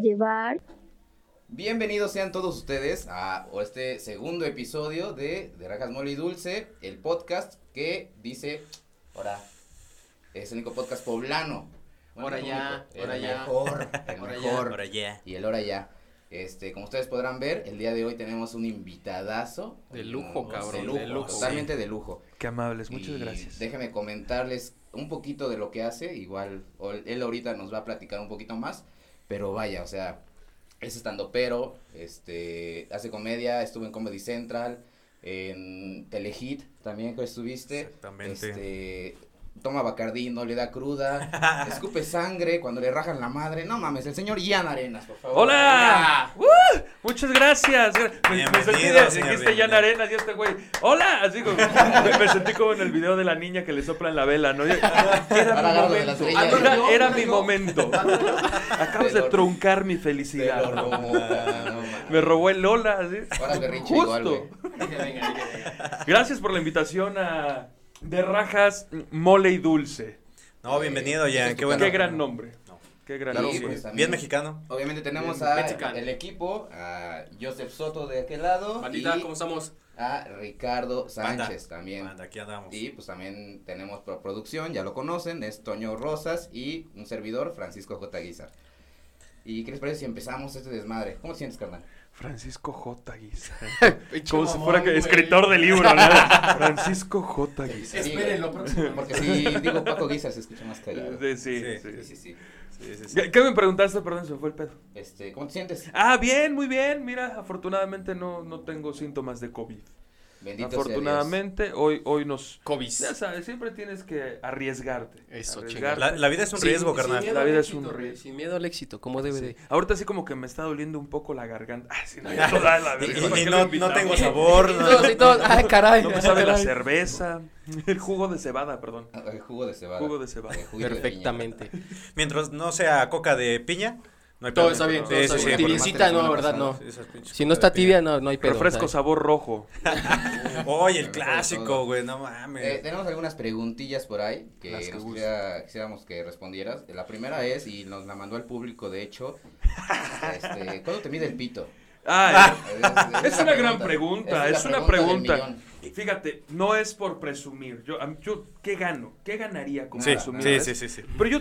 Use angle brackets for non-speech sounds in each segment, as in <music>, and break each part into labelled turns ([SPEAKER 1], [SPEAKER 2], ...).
[SPEAKER 1] llevar.
[SPEAKER 2] Bienvenidos sean todos ustedes a este segundo episodio de, de Rajas Mole y Dulce, el podcast que dice, ahora, es el único podcast poblano. Bueno,
[SPEAKER 3] Ahora
[SPEAKER 2] el
[SPEAKER 3] ya,
[SPEAKER 2] único,
[SPEAKER 3] ahora
[SPEAKER 2] el
[SPEAKER 3] ya.
[SPEAKER 2] mejor, el
[SPEAKER 3] <laughs> Ahora ya.
[SPEAKER 2] mejor.
[SPEAKER 4] Ahora ya.
[SPEAKER 2] Y el hora ya. Este, como ustedes podrán ver, el día de hoy tenemos un invitadazo.
[SPEAKER 3] De lujo,
[SPEAKER 2] Un-
[SPEAKER 3] cabrón,
[SPEAKER 2] De lujo,
[SPEAKER 3] de lujo.
[SPEAKER 2] totalmente de lujo.
[SPEAKER 5] Qué amables, Pues muchas
[SPEAKER 2] Y
[SPEAKER 5] gracias.
[SPEAKER 2] Déjenme comentarles un poquito de lo que hace, igual o- él ahorita nos va a platicar un poquito más, pero vaya, o sea, es estando pero, este, hace comedia, estuvo en Comedy Central, en Telehit también que estuviste.
[SPEAKER 4] Exactamente.
[SPEAKER 2] Este, toma Bacardí, no le da
[SPEAKER 4] <laughs>
[SPEAKER 2] cruda, escupe sangre cuando le rajan la madre. No mames, el señor Ian Arenas, por favor.
[SPEAKER 6] ¡Hola! ¡Uh! Muchas gracias. Me- Me,
[SPEAKER 4] Bienvenido,
[SPEAKER 6] sentí de,
[SPEAKER 4] señor,
[SPEAKER 6] dijiste Jan
[SPEAKER 4] bienvenido.
[SPEAKER 6] Arenas y este güey. ¡Hola! Así como, <laughs> me, me sentí como en el video de la niña que le soplan la vela, ¿no? Era
[SPEAKER 2] Ahora
[SPEAKER 6] mi
[SPEAKER 2] agarro de las
[SPEAKER 6] momento.
[SPEAKER 2] estrellas.
[SPEAKER 6] Era,
[SPEAKER 3] Yo,
[SPEAKER 6] era
[SPEAKER 3] yo.
[SPEAKER 6] mi momento. <laughs> Acabas
[SPEAKER 2] Te
[SPEAKER 6] de
[SPEAKER 2] lo-
[SPEAKER 6] truncar mi
[SPEAKER 2] Te lo
[SPEAKER 6] felicidad.
[SPEAKER 2] robó, no mames.
[SPEAKER 6] Me robó el Lola, así.
[SPEAKER 2] Ahora berrinche igual,
[SPEAKER 6] Justo.
[SPEAKER 2] güey.
[SPEAKER 3] venga, venga, venga.
[SPEAKER 6] Gracias por la invitación a De Rajas Mole y Dulce.
[SPEAKER 4] No, bienvenido
[SPEAKER 2] Ese es
[SPEAKER 4] ya.
[SPEAKER 2] tu
[SPEAKER 4] Qué bueno.
[SPEAKER 6] Qué gran nombre.
[SPEAKER 4] No.
[SPEAKER 6] Qué gran
[SPEAKER 2] Claro,
[SPEAKER 6] nombre.
[SPEAKER 2] pues,
[SPEAKER 4] Bien
[SPEAKER 2] también.
[SPEAKER 4] mexicano.
[SPEAKER 2] Obviamente tenemos
[SPEAKER 3] Bien,
[SPEAKER 2] a
[SPEAKER 3] Mexican.
[SPEAKER 2] el equipo, a Joseph Soto de aquel lado
[SPEAKER 3] Bandita,
[SPEAKER 2] y
[SPEAKER 3] ¿cómo estamos?
[SPEAKER 2] a Ricardo
[SPEAKER 4] Banda.
[SPEAKER 2] Sánchez también.
[SPEAKER 4] Banda, aquí andamos.
[SPEAKER 2] Y pues también tenemos pro- producción, ya lo conocen, es Toño Rosas y un servidor, Francisco J. Guizar. ¿Y qué les parece si empezamos este desmadre? ¿Cómo te sientes, carnal?
[SPEAKER 5] Francisco J.
[SPEAKER 2] <laughs>
[SPEAKER 5] Guisa.
[SPEAKER 6] Como si fuera
[SPEAKER 3] Mamón, güey.
[SPEAKER 6] escritor de libro, ¿no?
[SPEAKER 5] Francisco J. Guisa.
[SPEAKER 2] Sí,
[SPEAKER 3] Espérenlo
[SPEAKER 2] güey.
[SPEAKER 3] próximo.
[SPEAKER 2] <laughs> Porque si digo Paco Guizar se escucha más callado.
[SPEAKER 6] Sí, sí, sí.
[SPEAKER 4] Sí,
[SPEAKER 2] Sí, sí, sí.
[SPEAKER 4] Sí, sí, sí.
[SPEAKER 6] ¿Qué- ¿Qué me preguntaste? Perdón, se me fue el pedo.
[SPEAKER 2] Este, ¿Cómo te sientes?
[SPEAKER 6] Ah, bien, muy bien. Mira, afortunadamente no, no tengo síntomas de COVID.
[SPEAKER 2] Bendito sea Dios.
[SPEAKER 6] afortunadamente, hoy, hoy nos...
[SPEAKER 3] COVID.
[SPEAKER 6] Ya sabes, siempre tienes que arriesgarte.
[SPEAKER 3] Eso,
[SPEAKER 6] arriesgarte.
[SPEAKER 4] La, la vida es un
[SPEAKER 3] Sin-
[SPEAKER 4] riesgo,
[SPEAKER 3] sin
[SPEAKER 4] carnal.
[SPEAKER 3] miedo
[SPEAKER 6] La
[SPEAKER 3] al
[SPEAKER 6] vida es
[SPEAKER 3] éxito,
[SPEAKER 6] un
[SPEAKER 3] güey,
[SPEAKER 6] riesgo.
[SPEAKER 3] Sin miedo al éxito, como debe de.
[SPEAKER 6] Ahorita sí como que me está doliendo un poco la garganta. <laughs> Ay, si no, ya toda la
[SPEAKER 4] Y,
[SPEAKER 6] verga,
[SPEAKER 4] y-
[SPEAKER 6] ¿para
[SPEAKER 4] y
[SPEAKER 6] qué lo
[SPEAKER 4] no, no
[SPEAKER 6] invitamos?
[SPEAKER 4] tengo sabor.
[SPEAKER 3] Y
[SPEAKER 4] no-
[SPEAKER 3] todos, y todos, ah, caray.
[SPEAKER 6] No me sabe la
[SPEAKER 3] Caray.
[SPEAKER 6] cerveza. <laughs> El jugo de cebada, perdón.
[SPEAKER 2] Ah, El jugo de cebada.
[SPEAKER 6] Jugo de cebada.
[SPEAKER 2] El juguito de piña.
[SPEAKER 3] Perfectamente.
[SPEAKER 4] Mientras no sea coca de piña, no hay
[SPEAKER 3] Todo
[SPEAKER 4] problema.
[SPEAKER 3] está bien, todo
[SPEAKER 4] Sí,
[SPEAKER 3] está
[SPEAKER 4] sí,
[SPEAKER 3] bien.
[SPEAKER 4] sí, por
[SPEAKER 3] Tibiecita,
[SPEAKER 2] por-
[SPEAKER 3] no, verdad, no.
[SPEAKER 4] más- esas pinches
[SPEAKER 3] Si no
[SPEAKER 4] cocas
[SPEAKER 3] está
[SPEAKER 4] de piña.
[SPEAKER 3] tibia, no, no hay pedo.
[SPEAKER 6] Refresco
[SPEAKER 3] ¿sabes?
[SPEAKER 6] sabor rojo.
[SPEAKER 4] Oye, el
[SPEAKER 2] Me acuerdo de
[SPEAKER 4] clásico,
[SPEAKER 2] todo.
[SPEAKER 4] güey, no
[SPEAKER 2] Eh,
[SPEAKER 4] mames.
[SPEAKER 2] tenemos algunas preguntillas por ahí que
[SPEAKER 4] Las que
[SPEAKER 2] nos
[SPEAKER 4] gustes.
[SPEAKER 2] quisiera- quisiéramos que respondieras. La primera es, y nos la mandó el público, de hecho, este, ¿cuándo te mide el pito?
[SPEAKER 6] Ah,
[SPEAKER 2] Es,
[SPEAKER 6] <laughs> Es una gran pregunta,
[SPEAKER 2] Esa
[SPEAKER 6] es
[SPEAKER 2] la
[SPEAKER 6] una
[SPEAKER 2] del
[SPEAKER 6] pregunta.
[SPEAKER 2] millón.
[SPEAKER 6] fíjate, no es por presumir. Yo, am- yo ¿qué gano? ¿Qué ganaría con
[SPEAKER 4] Sí,
[SPEAKER 6] presumir?
[SPEAKER 4] sí,
[SPEAKER 6] ves?
[SPEAKER 4] sí, sí, sí.
[SPEAKER 6] Pero yo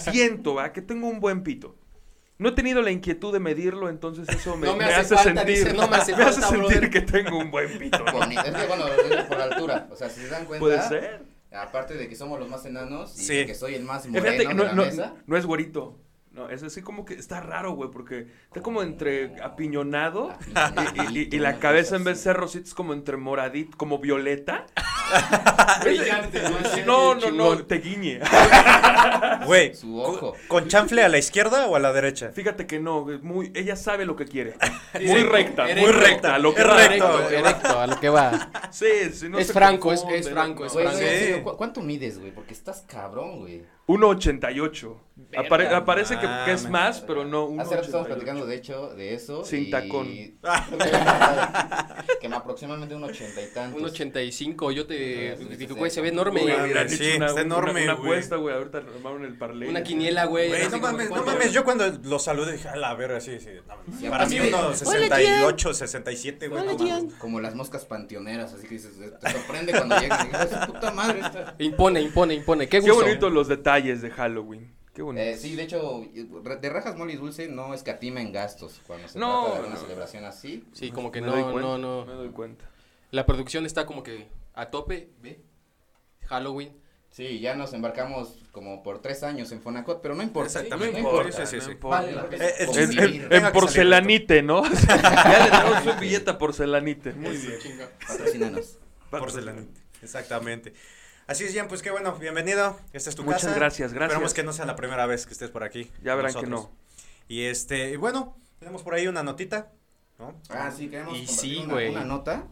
[SPEAKER 6] siento, va, que tengo un buen pito. No he tenido la inquietud de medirlo, entonces eso me,
[SPEAKER 3] No me
[SPEAKER 6] me
[SPEAKER 3] hace
[SPEAKER 6] hace,
[SPEAKER 3] falta,
[SPEAKER 6] sentir.
[SPEAKER 3] dice, no me
[SPEAKER 6] <laughs>
[SPEAKER 3] hace falta,
[SPEAKER 6] sentir
[SPEAKER 3] brother.
[SPEAKER 6] que tengo un buen pito. ¿no?
[SPEAKER 2] Bonito, es que, bueno, es por la altura. O sea, si se dan cuenta,
[SPEAKER 6] Puede ser.
[SPEAKER 2] aparte de que somos los más enanos y
[SPEAKER 4] Sí.
[SPEAKER 2] de que soy el más
[SPEAKER 6] Eh,
[SPEAKER 2] moreno
[SPEAKER 6] Fíjate, que
[SPEAKER 2] de
[SPEAKER 6] no,
[SPEAKER 2] la
[SPEAKER 6] no-
[SPEAKER 2] mesa.
[SPEAKER 6] no es güerito. No, es así como que está raro, güey, porque está como entre apiñonado
[SPEAKER 2] ah,
[SPEAKER 6] <laughs> y, y- y la cabeza en vez de ser rosita es como entre moradito, como
[SPEAKER 4] <laughs>
[SPEAKER 6] violeta.
[SPEAKER 3] Brillante,
[SPEAKER 6] Sí, No, no, no, te guiñe.
[SPEAKER 4] Güey,
[SPEAKER 2] Su
[SPEAKER 4] co-
[SPEAKER 2] ojo.
[SPEAKER 4] ¿con chanfle a la izquierda o a la derecha?
[SPEAKER 6] Fíjate que no, güey, muy, ella sabe lo que quiere.
[SPEAKER 3] Sí,
[SPEAKER 6] Muy
[SPEAKER 3] sí,
[SPEAKER 6] recta,
[SPEAKER 3] erecto,
[SPEAKER 6] muy recta, lo que
[SPEAKER 4] erecto,
[SPEAKER 6] va.
[SPEAKER 3] Erecto,
[SPEAKER 4] güey.
[SPEAKER 3] erecto, a lo que va.
[SPEAKER 6] Sí, sí, no
[SPEAKER 3] Es
[SPEAKER 6] se
[SPEAKER 3] franco, es-
[SPEAKER 6] confunde,
[SPEAKER 3] es franco,
[SPEAKER 6] no.
[SPEAKER 3] es
[SPEAKER 2] Güey,
[SPEAKER 3] franco.
[SPEAKER 2] güey, en
[SPEAKER 4] Sí.
[SPEAKER 2] serio, ¿cu- ¿cuánto mides, güey? Porque estás cabrón, güey.
[SPEAKER 6] 1.88. Apare-
[SPEAKER 3] Verga,
[SPEAKER 6] aparece que, que es
[SPEAKER 4] mames.
[SPEAKER 6] más, pero no 1.88.
[SPEAKER 2] Hace rato estamos platicando, de hecho, de eso.
[SPEAKER 6] Sin
[SPEAKER 2] y-
[SPEAKER 6] tacón.
[SPEAKER 2] <laughs> que me aproximadamente un ochenta y tantos.
[SPEAKER 3] Un 85, yo te
[SPEAKER 2] Sí, sí,
[SPEAKER 3] dije,
[SPEAKER 2] sí.
[SPEAKER 3] güey, se ve enorme.
[SPEAKER 6] Güey,
[SPEAKER 4] Güey,
[SPEAKER 6] hubieran
[SPEAKER 4] sí,
[SPEAKER 6] hecho una, una-
[SPEAKER 4] está enorme,
[SPEAKER 6] una
[SPEAKER 4] güey.
[SPEAKER 6] apuesta, güey. Ahorita armaron el parlay.
[SPEAKER 3] Una quiniela, güey.
[SPEAKER 4] Güey,
[SPEAKER 3] así
[SPEAKER 4] no
[SPEAKER 3] como,
[SPEAKER 4] mames, no
[SPEAKER 3] ¿cuánto?
[SPEAKER 4] mames. Yo cuando lo saludé dije, a la verga, sí, sí. no mames.
[SPEAKER 2] Sí,
[SPEAKER 4] Para
[SPEAKER 2] así
[SPEAKER 4] mí,
[SPEAKER 2] de,
[SPEAKER 4] unos 68, 67, güey. no mames.
[SPEAKER 2] Como las moscas panteoneras, así que dices, te sorprende cuando llegas. y dices, "Esa puta madre esta".
[SPEAKER 3] Impone, impone, impone. Qué
[SPEAKER 6] Qué
[SPEAKER 3] gusto.
[SPEAKER 6] bonitos los detalles de Halloween. Qué bonito.
[SPEAKER 2] Eh, sí, de hecho, de rajas mole y dulce no escatima en gastos cuando se
[SPEAKER 6] No,
[SPEAKER 2] trata de una
[SPEAKER 6] no.
[SPEAKER 2] celebración así.
[SPEAKER 3] Sí, como que
[SPEAKER 6] Me
[SPEAKER 3] no,
[SPEAKER 6] doy cuenta,
[SPEAKER 3] no, no.
[SPEAKER 6] Me doy cuenta.
[SPEAKER 3] La producción está como que a tope, ve. Halloween.
[SPEAKER 2] Sí, ya nos embarcamos como por tres años en Fonacot, pero no importa.
[SPEAKER 4] Exactamente.
[SPEAKER 2] No importa.
[SPEAKER 4] Sí, sí, sí.
[SPEAKER 6] No importa.
[SPEAKER 2] Vale la pena
[SPEAKER 4] Eh, eh,
[SPEAKER 6] En,
[SPEAKER 2] convivir.
[SPEAKER 6] en- en
[SPEAKER 4] Tenga que
[SPEAKER 6] porcelanite, ¿no? <laughs> ya le damos su billete a porcelanite. Muy bien.
[SPEAKER 2] Patrocínanos.
[SPEAKER 4] Porcelanita. Exactamente. Así es, Jan, pues qué bueno, bienvenido. Esta es tu
[SPEAKER 6] Muchas
[SPEAKER 4] casa.
[SPEAKER 6] gracias, gracias.
[SPEAKER 4] Esperemos que no sea la primera vez que estés por aquí.
[SPEAKER 6] Ya
[SPEAKER 4] con
[SPEAKER 6] verán que
[SPEAKER 4] nosotros.
[SPEAKER 6] no.
[SPEAKER 4] Y este, y bueno, tenemos por ahí una notita, ¿no?
[SPEAKER 2] Ah, sí, queremos
[SPEAKER 3] Y
[SPEAKER 2] compartir
[SPEAKER 3] sí,
[SPEAKER 2] una,
[SPEAKER 3] güey.
[SPEAKER 2] una nota.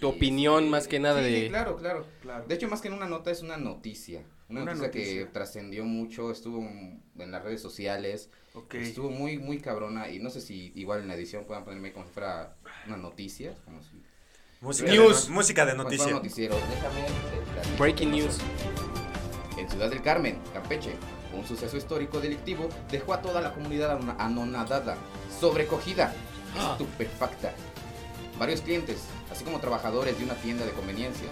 [SPEAKER 3] Tu
[SPEAKER 2] Y,
[SPEAKER 3] opinión
[SPEAKER 2] este,
[SPEAKER 3] más que nada
[SPEAKER 2] sí,
[SPEAKER 3] de...
[SPEAKER 2] sí, claro, claro.
[SPEAKER 6] Claro.
[SPEAKER 2] De hecho, más que en una nota, es una noticia. Una,
[SPEAKER 6] Una
[SPEAKER 2] noticia, que
[SPEAKER 6] noticia.
[SPEAKER 2] trascendió mucho, estuvo en en las redes sociales,
[SPEAKER 6] Ok.
[SPEAKER 2] estuvo muy, muy cabrona. Y no sé si igual en la edición puedan ponerme como si fuera una noticia. Como si,
[SPEAKER 4] Música
[SPEAKER 3] News.
[SPEAKER 4] De, Pues, no- música de
[SPEAKER 2] como si fuera
[SPEAKER 4] noticia.
[SPEAKER 2] un noticiero. Déjame. te eh, platico
[SPEAKER 3] Breaking
[SPEAKER 2] qué
[SPEAKER 3] news.
[SPEAKER 2] pasó. En Ciudad del Carmen, Campeche, un suceso histórico delictivo dejó a toda la comunidad ano- anonadada, sobrecogida,
[SPEAKER 3] <gasps>
[SPEAKER 2] estupefacta. Varios clientes, así como trabajadores de una tienda de conveniencia,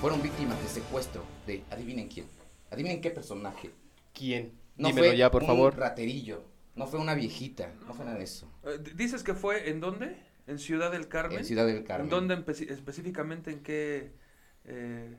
[SPEAKER 2] fueron víctimas de secuestro de, adivinen quién, adivinen qué personaje.
[SPEAKER 3] ¿Quién?
[SPEAKER 2] No
[SPEAKER 3] Dímelo
[SPEAKER 2] fue
[SPEAKER 3] ya, por
[SPEAKER 2] un
[SPEAKER 3] favor.
[SPEAKER 2] raterillo, no fue una viejita, no fue nada de eso.
[SPEAKER 6] Eh, d- Dices que fue en dónde? En Ciudad del Carmen.
[SPEAKER 2] En Ciudad del Carmen.
[SPEAKER 6] ¿En dónde empe- específicamente en qué? eh,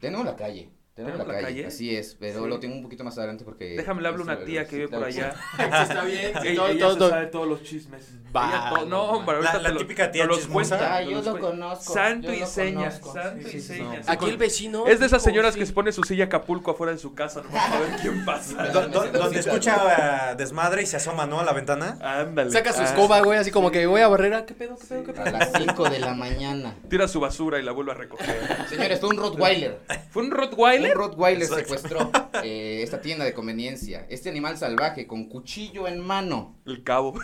[SPEAKER 2] Tenemos la calle. Tenemos la, calle, así es, pero
[SPEAKER 6] Sí.
[SPEAKER 2] lo tengo un poquito más adelante porque...
[SPEAKER 6] déjame hablarle a
[SPEAKER 2] Sí,
[SPEAKER 6] una tía
[SPEAKER 2] sí,
[SPEAKER 6] que vive por
[SPEAKER 2] claro, sí. <laughs>
[SPEAKER 6] allá.
[SPEAKER 3] Está bien. <laughs> sí,
[SPEAKER 6] Ella,
[SPEAKER 3] todo,
[SPEAKER 6] ella
[SPEAKER 3] todo,
[SPEAKER 6] se
[SPEAKER 3] todo.
[SPEAKER 6] sabe todos los chismes.
[SPEAKER 3] Va,
[SPEAKER 6] Ella to- no, hombre, ahorita
[SPEAKER 4] La- la
[SPEAKER 6] te lo-
[SPEAKER 4] típica tía
[SPEAKER 6] te los
[SPEAKER 4] chismosa.
[SPEAKER 6] cuenta,
[SPEAKER 2] Ah,
[SPEAKER 6] te
[SPEAKER 2] yo
[SPEAKER 6] los
[SPEAKER 2] lo
[SPEAKER 6] cuenta.
[SPEAKER 2] conozco.
[SPEAKER 6] Santo
[SPEAKER 2] yo
[SPEAKER 6] y
[SPEAKER 2] lo
[SPEAKER 6] seña,
[SPEAKER 2] conozco.
[SPEAKER 6] santo
[SPEAKER 4] Sí,
[SPEAKER 6] y
[SPEAKER 4] sí, sí,
[SPEAKER 6] seña.
[SPEAKER 4] no.
[SPEAKER 3] Aquí el vecino.
[SPEAKER 6] Es de esas
[SPEAKER 3] dijo,
[SPEAKER 6] señoras
[SPEAKER 3] sí.
[SPEAKER 6] que se pone su silla Acapulco afuera de su casa, nomás para ver
[SPEAKER 2] <laughs>
[SPEAKER 6] quién pasa.
[SPEAKER 4] Do- do- donde escucha ah, desmadre y se asoma, ¿no? A la ventana.
[SPEAKER 6] Ándale.
[SPEAKER 3] Saca su
[SPEAKER 6] Ah,
[SPEAKER 3] escoba, güey, así como que voy a barrer. ah, ¿Qué pedo, qué pedo, qué pedo?
[SPEAKER 2] A las 5 de la mañana.
[SPEAKER 6] Tira su basura y la vuelve a
[SPEAKER 2] <laughs>
[SPEAKER 6] recoger.
[SPEAKER 2] Señores, fue un Rottweiler.
[SPEAKER 6] ¿Fue un
[SPEAKER 2] Un
[SPEAKER 6] <laughs> Rottweiler?
[SPEAKER 2] Rottweiler
[SPEAKER 4] Exacto.
[SPEAKER 2] secuestró eh, esta tienda de conveniencia. Este animal salvaje con cuchillo en mano,
[SPEAKER 6] El cabo.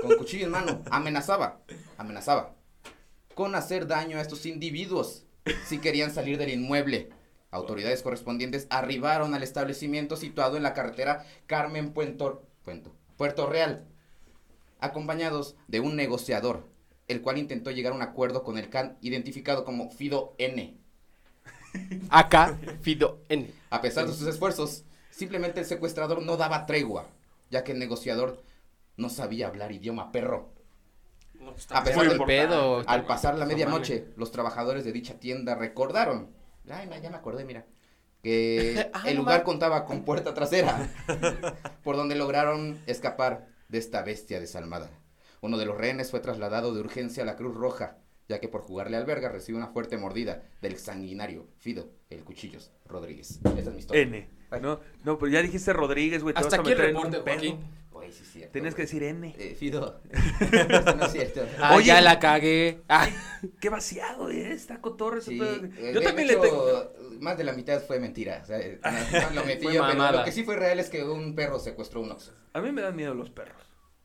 [SPEAKER 2] con cuchillo en mano, amenazaba, amenazaba con hacer daño a estos individuos si querían salir del inmueble. Autoridades correspondientes arribaron al establecimiento situado en la carretera Carmen Puento, Puento- Puerto Real, acompañados de un negociador, el cual intentó llegar a un acuerdo con el CAN identificado como Fido N.
[SPEAKER 3] <laughs> Acá, Fido N.
[SPEAKER 2] A pesar de sus esfuerzos, simplemente el secuestrador no daba tregua, ya que el negociador no sabía hablar idioma perro.
[SPEAKER 3] No, pues,
[SPEAKER 2] A
[SPEAKER 3] está
[SPEAKER 2] pesar
[SPEAKER 3] muy
[SPEAKER 2] del-
[SPEAKER 3] pedo.
[SPEAKER 2] Al pasar la
[SPEAKER 3] Está
[SPEAKER 2] medianoche, los trabajadores de dicha tienda recordaron, ay, ma, ya me acordé, mira, que
[SPEAKER 3] <laughs> Ah,
[SPEAKER 2] el
[SPEAKER 3] no
[SPEAKER 2] lugar
[SPEAKER 3] ma-
[SPEAKER 2] contaba con puerta trasera, <laughs> por donde lograron escapar de esta bestia desalmada. Uno de los rehenes fue trasladado de urgencia a la Cruz Roja, ya que por jugarle alberga recibió una fuerte mordida del sanguinario Fido, el Cuchillos Rodríguez. Esa es mi historia.
[SPEAKER 6] N. No, no, pero ya dijiste Rodríguez, güey. te
[SPEAKER 3] Hasta
[SPEAKER 6] vas a
[SPEAKER 3] aquí el
[SPEAKER 6] meter en un
[SPEAKER 3] reporte,
[SPEAKER 6] pedo.
[SPEAKER 3] Joaquín.
[SPEAKER 2] Güey, Pues sí es cierto,
[SPEAKER 6] Tenías que
[SPEAKER 2] güey.
[SPEAKER 6] decir N.
[SPEAKER 2] Eh,
[SPEAKER 6] <laughs>
[SPEAKER 2] Fido. <laughs> Eso no es cierto.
[SPEAKER 3] Ah,
[SPEAKER 6] Oye.
[SPEAKER 3] ya la cagué. Ah,
[SPEAKER 6] Qué vaciado es, Taco Torres.
[SPEAKER 2] Sí,
[SPEAKER 6] pedo.
[SPEAKER 2] eh,
[SPEAKER 6] Yo
[SPEAKER 2] de
[SPEAKER 6] también
[SPEAKER 2] hecho,
[SPEAKER 6] le tengo.
[SPEAKER 2] Más de la mitad fue mentira. O sea, eh, más- más lo metí
[SPEAKER 3] Fue
[SPEAKER 2] yo, pero lo
[SPEAKER 3] mamada.
[SPEAKER 2] que sí fue real es que un perro secuestró un oxo.
[SPEAKER 6] A mí me dan miedo los perros.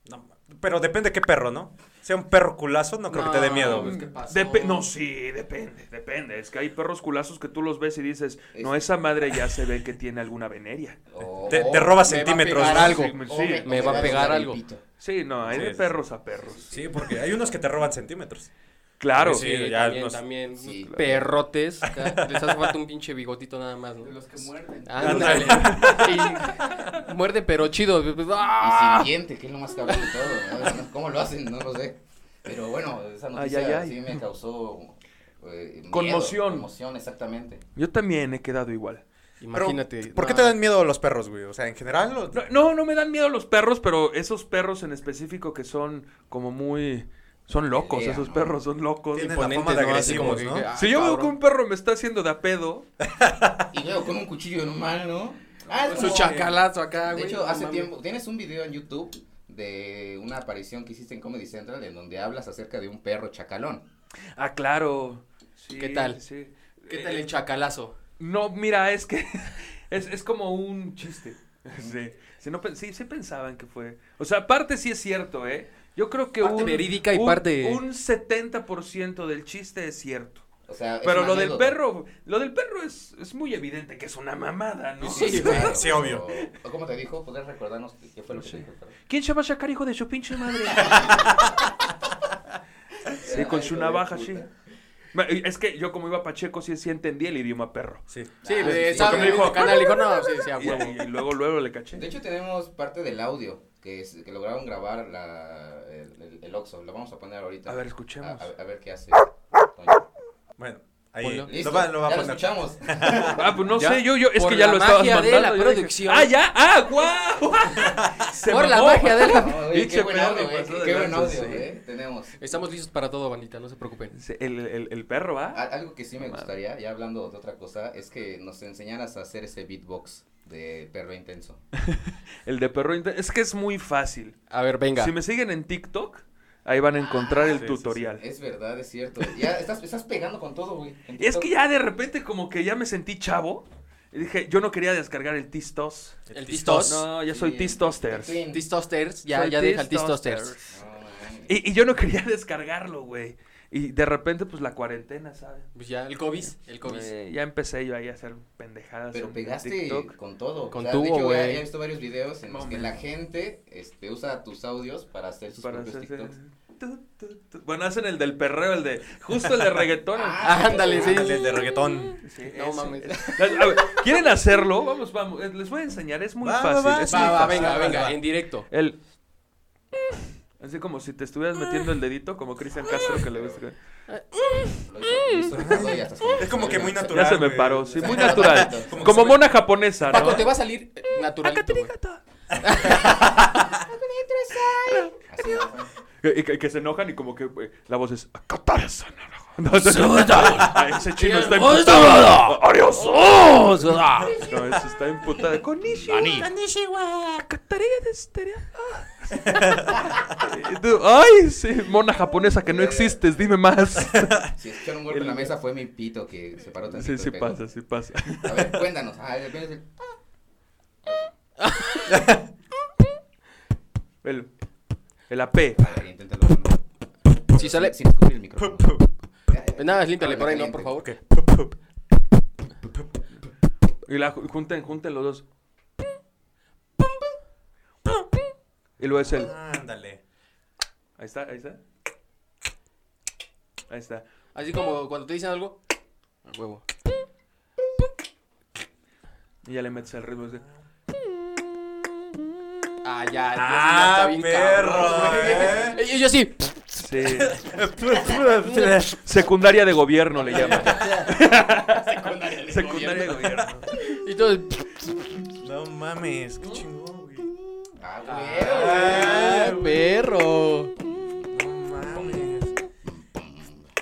[SPEAKER 4] No, pero depende qué perro, ¿no? Sea un perro culazo, no creo que te dé
[SPEAKER 3] No,
[SPEAKER 4] miedo.
[SPEAKER 3] pues,
[SPEAKER 4] güey.
[SPEAKER 3] ¿qué pasó?
[SPEAKER 6] Depe- no, sí, depende, depende. Es que hay perros culazos que tú los ves y dices, no,
[SPEAKER 2] Es-
[SPEAKER 6] esa madre ya se ve que tiene alguna veneria.
[SPEAKER 2] O-
[SPEAKER 4] Te,
[SPEAKER 2] o-
[SPEAKER 4] te roba
[SPEAKER 3] me va a
[SPEAKER 4] centímetros.
[SPEAKER 3] pegar
[SPEAKER 4] ¿no?
[SPEAKER 3] algo.
[SPEAKER 6] Sí, me-
[SPEAKER 2] o
[SPEAKER 6] sí,
[SPEAKER 2] o
[SPEAKER 3] me va a
[SPEAKER 2] das
[SPEAKER 3] pegar
[SPEAKER 2] un
[SPEAKER 3] algo.
[SPEAKER 2] gripito.
[SPEAKER 6] sí, no, hay
[SPEAKER 4] Sí,
[SPEAKER 6] de
[SPEAKER 4] sí,
[SPEAKER 6] perros a perros.
[SPEAKER 4] Sí, porque hay unos que te roban centímetros.
[SPEAKER 6] Claro.
[SPEAKER 4] Sí,
[SPEAKER 3] Sí,
[SPEAKER 4] ya
[SPEAKER 3] también,
[SPEAKER 4] nos-
[SPEAKER 3] también.
[SPEAKER 2] Sí.
[SPEAKER 3] Unos Perrotes. acá. Les hace falta un pinche bigotito nada más, ¿no?
[SPEAKER 1] Los que muerden.
[SPEAKER 3] Ándale. <laughs> Y muerde, pero chido.
[SPEAKER 2] Y
[SPEAKER 3] ¡Ah!
[SPEAKER 2] sin diente, que es lo más cabrón de todo. ¿no? ¿Cómo lo hacen? No lo sé. Pero bueno, esa noticia
[SPEAKER 6] ay, ay.
[SPEAKER 2] sí me causó... eh, miedo,
[SPEAKER 6] Conmoción.
[SPEAKER 2] conmoción, exactamente.
[SPEAKER 6] Yo también he quedado igual.
[SPEAKER 4] Pero,
[SPEAKER 3] Imagínate.
[SPEAKER 4] ¿Por qué
[SPEAKER 3] no.
[SPEAKER 4] te dan miedo los perros, güey? O sea, en general. o-
[SPEAKER 6] No, no, no me dan miedo los perros, pero esos perros en específico que son como muy... Son locos,
[SPEAKER 2] Pelea,
[SPEAKER 6] esos
[SPEAKER 2] ¿no?
[SPEAKER 6] perros son locos. Pues,
[SPEAKER 4] Tienen-
[SPEAKER 3] Imponentes,
[SPEAKER 4] la fama de
[SPEAKER 3] ¿no? Así como
[SPEAKER 4] agresivos,
[SPEAKER 3] que-
[SPEAKER 4] ¿no?
[SPEAKER 3] ah,
[SPEAKER 6] Si yo veo que
[SPEAKER 3] cabrón.
[SPEAKER 6] un perro me está haciendo de a pedo,
[SPEAKER 2] Y luego con un cuchillo en un mano, ¿no? Ah, es
[SPEAKER 3] Su
[SPEAKER 2] como-
[SPEAKER 3] chacalazo acá,
[SPEAKER 2] De
[SPEAKER 3] Ah, güey.
[SPEAKER 2] hecho,
[SPEAKER 3] no
[SPEAKER 2] hace
[SPEAKER 3] mames.
[SPEAKER 2] tiempo, tienes un video en YouTube de una aparición que hiciste en Comedy Central en donde hablas acerca de un perro chacalón.
[SPEAKER 6] ah, claro. Sí,
[SPEAKER 3] ¿Qué tal?
[SPEAKER 6] sí. Eh,
[SPEAKER 3] ¿Qué tal el chacalazo?
[SPEAKER 6] No, mira, es que <laughs> es, es como un chiste. <laughs> Sí, sí, no, pen- sí, sí pensaban que fue. O sea, parte sí es cierto, ¿eh? Yo creo que
[SPEAKER 3] Parte
[SPEAKER 6] un,
[SPEAKER 3] verídica y
[SPEAKER 6] un-
[SPEAKER 3] parte-
[SPEAKER 6] un 70% del chiste es cierto.
[SPEAKER 2] O sea, es
[SPEAKER 6] Pero
[SPEAKER 2] una
[SPEAKER 6] lo del
[SPEAKER 2] anécdota.
[SPEAKER 6] perro, lo del perro es, es muy evidente que es una mamada, ¿no?
[SPEAKER 4] Sí,
[SPEAKER 2] claro.
[SPEAKER 4] sí, obvio.
[SPEAKER 2] O- ¿Cómo te dijo? ¿Podrías recordarnos qué qué fue lo que
[SPEAKER 6] Sí.
[SPEAKER 2] te dijo? el perro?
[SPEAKER 6] ¿Quién se va a sacar hijo de su pinche madre? sí, con
[SPEAKER 2] Ay,
[SPEAKER 6] su
[SPEAKER 2] hijo de
[SPEAKER 6] navaja,
[SPEAKER 2] puta.
[SPEAKER 6] sí. <laughs> Ma- Es que yo como iba a Pacheco sí, sí entendía el idioma perro.
[SPEAKER 4] Sí.
[SPEAKER 3] Sí,
[SPEAKER 2] Ah,
[SPEAKER 3] de
[SPEAKER 2] sí,
[SPEAKER 3] esa
[SPEAKER 2] sí.
[SPEAKER 3] me dijo canal. Dijo, no, sí, sí, a
[SPEAKER 6] Y,
[SPEAKER 3] Ah, huevo.
[SPEAKER 6] y luego, luego le caché.
[SPEAKER 2] De hecho, tenemos parte del audio que, es- que lograron grabar la, el, el, el Oxxo. Lo vamos a poner ahorita.
[SPEAKER 6] A ver,
[SPEAKER 2] A,
[SPEAKER 3] Ah,
[SPEAKER 6] escuchemos.
[SPEAKER 2] a- a ver qué hace.
[SPEAKER 4] Bueno, ahí.
[SPEAKER 3] Ponlo.
[SPEAKER 2] Listo,
[SPEAKER 4] Lo va, lo va a
[SPEAKER 2] ya lo
[SPEAKER 6] <laughs>
[SPEAKER 4] poner.
[SPEAKER 2] escuchamos.
[SPEAKER 6] Ah, pues no
[SPEAKER 3] Ya.
[SPEAKER 6] sé, yo, yo, es
[SPEAKER 3] Por
[SPEAKER 6] que ya
[SPEAKER 3] la
[SPEAKER 6] lo estabas
[SPEAKER 3] magia de
[SPEAKER 6] mandando.
[SPEAKER 3] la
[SPEAKER 6] yo dije,
[SPEAKER 3] producción.
[SPEAKER 6] ah, ya, ah,
[SPEAKER 3] <laughs>
[SPEAKER 6] guau. Se
[SPEAKER 3] Por la
[SPEAKER 6] mamó.
[SPEAKER 3] magia de la.
[SPEAKER 2] No, güey,
[SPEAKER 6] Pinche
[SPEAKER 2] qué buen
[SPEAKER 6] perro,
[SPEAKER 2] audio, güey.
[SPEAKER 6] pasó
[SPEAKER 2] Qué,
[SPEAKER 6] de
[SPEAKER 2] qué buen
[SPEAKER 6] lanza,
[SPEAKER 2] audio,
[SPEAKER 6] sí.
[SPEAKER 2] güey. Tenemos.
[SPEAKER 3] <laughs> Estamos listos para todo, bandita, no se preocupen.
[SPEAKER 6] Sí, El, el, el perro,
[SPEAKER 2] A-
[SPEAKER 3] Ah.
[SPEAKER 6] ¿va?
[SPEAKER 2] Algo que sí me
[SPEAKER 6] Madre.
[SPEAKER 2] gustaría, ya hablando de otra cosa, es que nos enseñaras a hacer ese beatbox de perro intenso.
[SPEAKER 6] El de perro. inte- Es que es muy fácil.
[SPEAKER 3] A ver, venga. Ah,
[SPEAKER 6] Si me siguen en TikTok, ahí van a encontrar el
[SPEAKER 4] sí, sí,
[SPEAKER 6] tutorial.
[SPEAKER 2] Es verdad, es cierto. Ya estás, estás pegando con todo, güey. en
[SPEAKER 6] Es
[SPEAKER 2] TikTok.
[SPEAKER 6] que ya de repente como que ya me sentí chavo. Y dije, yo no quería descargar el Tistos.
[SPEAKER 3] El
[SPEAKER 4] Tistos.
[SPEAKER 3] Tistos.
[SPEAKER 6] No, ya soy
[SPEAKER 2] Sí,
[SPEAKER 6] Tistosters.
[SPEAKER 2] sí.
[SPEAKER 3] Tistosters, ya,
[SPEAKER 6] Soy
[SPEAKER 3] ya deja el
[SPEAKER 6] Tistosters.
[SPEAKER 3] Tistosters.
[SPEAKER 2] No, no, no.
[SPEAKER 6] Y, y yo no quería <laughs> descargarlo, güey. Y de repente, pues la cuarentena, ¿sabes?
[SPEAKER 3] Pues ya, el COVID, el COVID.
[SPEAKER 6] Eh, ya empecé yo ahí a hacer pendejadas.
[SPEAKER 2] Pero
[SPEAKER 6] en
[SPEAKER 2] pegaste
[SPEAKER 6] TikTok.
[SPEAKER 2] con todo.
[SPEAKER 3] Con
[SPEAKER 2] o sea,
[SPEAKER 3] tubo,
[SPEAKER 2] de hecho, ya,
[SPEAKER 3] güey.
[SPEAKER 2] ya he visto varios videos en los que
[SPEAKER 6] Mames.
[SPEAKER 2] la gente este, usa tus audios para hacer sus
[SPEAKER 6] Para
[SPEAKER 2] propios
[SPEAKER 6] hacer-
[SPEAKER 2] TikToks.
[SPEAKER 6] tu, tu, tu. Bueno, hacen el del perreo, el de. Justo el de reggaetón.
[SPEAKER 3] Ah, ándale, sí.
[SPEAKER 4] Ándale, el de reggaetón.
[SPEAKER 6] Sí,
[SPEAKER 3] No
[SPEAKER 6] ese.
[SPEAKER 3] mames.
[SPEAKER 6] A ver, ¿Quieren hacerlo? Vamos, vamos. eh, Les voy a enseñar, es muy
[SPEAKER 4] Va, va,
[SPEAKER 6] fácil.
[SPEAKER 4] va.
[SPEAKER 6] es muy
[SPEAKER 3] Va, va,
[SPEAKER 6] fácil.
[SPEAKER 3] venga,
[SPEAKER 4] Va,
[SPEAKER 3] venga,
[SPEAKER 4] va.
[SPEAKER 3] en directo.
[SPEAKER 6] El. Así como si te estuvieras metiendo el dedito, como Cristian Castro que le gusta.
[SPEAKER 2] Lo hizo- lo hizo todo y hasta
[SPEAKER 6] <laughs>
[SPEAKER 2] se-
[SPEAKER 4] Es como que muy natural.
[SPEAKER 6] Ya se me
[SPEAKER 4] güey.
[SPEAKER 6] paró, sí,
[SPEAKER 4] O sea,
[SPEAKER 6] muy natural.
[SPEAKER 4] Como que
[SPEAKER 6] Como
[SPEAKER 4] se ve-
[SPEAKER 6] mona japonesa,
[SPEAKER 3] Paco,
[SPEAKER 6] ¿no?
[SPEAKER 3] te va a salir eh, naturalito, güey.
[SPEAKER 2] Así, ajá.
[SPEAKER 6] Que, que- que se enojan y como que eh, la voz es "Akatara-san, <laughs> no, no, no, no". Ah, ese chino está imputado. ¡Adiós! No, ese está imputado. Konnichiwa. Akatariga destereo. Y tú, <laughs> Ay, sí, mona japonesa que no existes, dime más.
[SPEAKER 2] Si escucharon un golpe en la mesa fue mi pito que se paró tantito.
[SPEAKER 6] Sí, sí
[SPEAKER 2] le pegó.
[SPEAKER 6] pasa, sí pasa.
[SPEAKER 2] A ver, cuéntanos. Ah, de repente se-
[SPEAKER 6] El, el AP.
[SPEAKER 2] A ver, inténtalo.
[SPEAKER 3] Si sale-
[SPEAKER 2] Sin escupir el micrófono. Ya, ya.
[SPEAKER 3] Nada, líntale por ahí, Eh, no,
[SPEAKER 2] Caliente.
[SPEAKER 3] por favor.
[SPEAKER 6] Y la ju- junten, junten los dos. Y luego es el.
[SPEAKER 4] Ándale.
[SPEAKER 6] Ahí está, ahí está. Ahí está.
[SPEAKER 3] Así como cuando te dicen algo. A huevo.
[SPEAKER 6] Y ya le metes el ritmo. así.
[SPEAKER 3] Ah, ya. el
[SPEAKER 4] Ah,
[SPEAKER 3] Dios mío,
[SPEAKER 4] perro, eh.
[SPEAKER 3] cabrón, güey. <laughs> Y yo sí.
[SPEAKER 6] Sí. Secundaria de gobierno le llaman.
[SPEAKER 3] <laughs> Secundaria.
[SPEAKER 6] Secundaria de gobierno.
[SPEAKER 3] Y todo. el-
[SPEAKER 4] No mames, qué chingón, güey.
[SPEAKER 2] Ah,
[SPEAKER 3] Ah, perro.
[SPEAKER 4] No mames.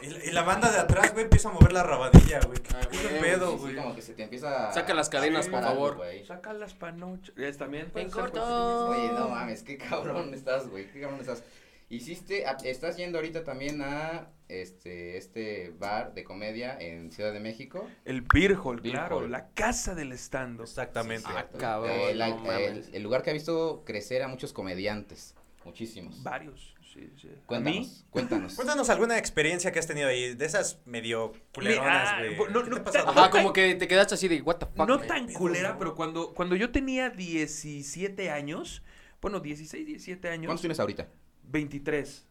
[SPEAKER 4] Y la, y la banda de atrás, güey, empieza a mover la rabadilla, güey. ¿Qué,
[SPEAKER 3] Ah,
[SPEAKER 4] qué
[SPEAKER 3] güey,
[SPEAKER 2] güey.
[SPEAKER 4] pedo,
[SPEAKER 2] Sí,
[SPEAKER 4] güey?
[SPEAKER 2] sí, como que se te empieza a-
[SPEAKER 3] Saca las cadenas,
[SPEAKER 2] a
[SPEAKER 3] por
[SPEAKER 2] algo,
[SPEAKER 3] favor.
[SPEAKER 2] güey.
[SPEAKER 6] Saca las panochas. ¿Es también?
[SPEAKER 3] En
[SPEAKER 6] puede ser
[SPEAKER 3] corto.
[SPEAKER 2] Oye, no mames, qué cabrón estás, güey, qué cabrón estás. Hiciste, a- estás yendo ahorita también a este, este bar de comedia en Ciudad de México.
[SPEAKER 6] El Beer Hall,
[SPEAKER 3] Beer
[SPEAKER 6] claro.
[SPEAKER 3] Hall.
[SPEAKER 6] La casa del estando.
[SPEAKER 4] Exactamente.
[SPEAKER 3] Ah,
[SPEAKER 2] Exacto.
[SPEAKER 3] cabrón,
[SPEAKER 2] Eh, la-
[SPEAKER 3] no mames.
[SPEAKER 2] el, el lugar que ha visto crecer a muchos comediantes, muchísimos.
[SPEAKER 6] Varios. Sí, sí.
[SPEAKER 2] Cuéntanos, cuéntanos.
[SPEAKER 4] Cuéntanos alguna experiencia que has tenido ahí, de esas medio culeronas,
[SPEAKER 6] ah,
[SPEAKER 4] güey.
[SPEAKER 6] no,
[SPEAKER 4] ¿Qué
[SPEAKER 6] no,
[SPEAKER 4] te ha pasado?
[SPEAKER 3] Ajá, como que te quedaste así de, what the fuck.
[SPEAKER 6] No
[SPEAKER 3] man?
[SPEAKER 6] tan
[SPEAKER 4] pedo,
[SPEAKER 6] culera,
[SPEAKER 4] ¿no?
[SPEAKER 6] pero cuando, cuando yo tenía 17 años, bueno, 16, 17
[SPEAKER 2] ¿Cuántos
[SPEAKER 6] años,
[SPEAKER 2] tienes ahorita?
[SPEAKER 6] 23.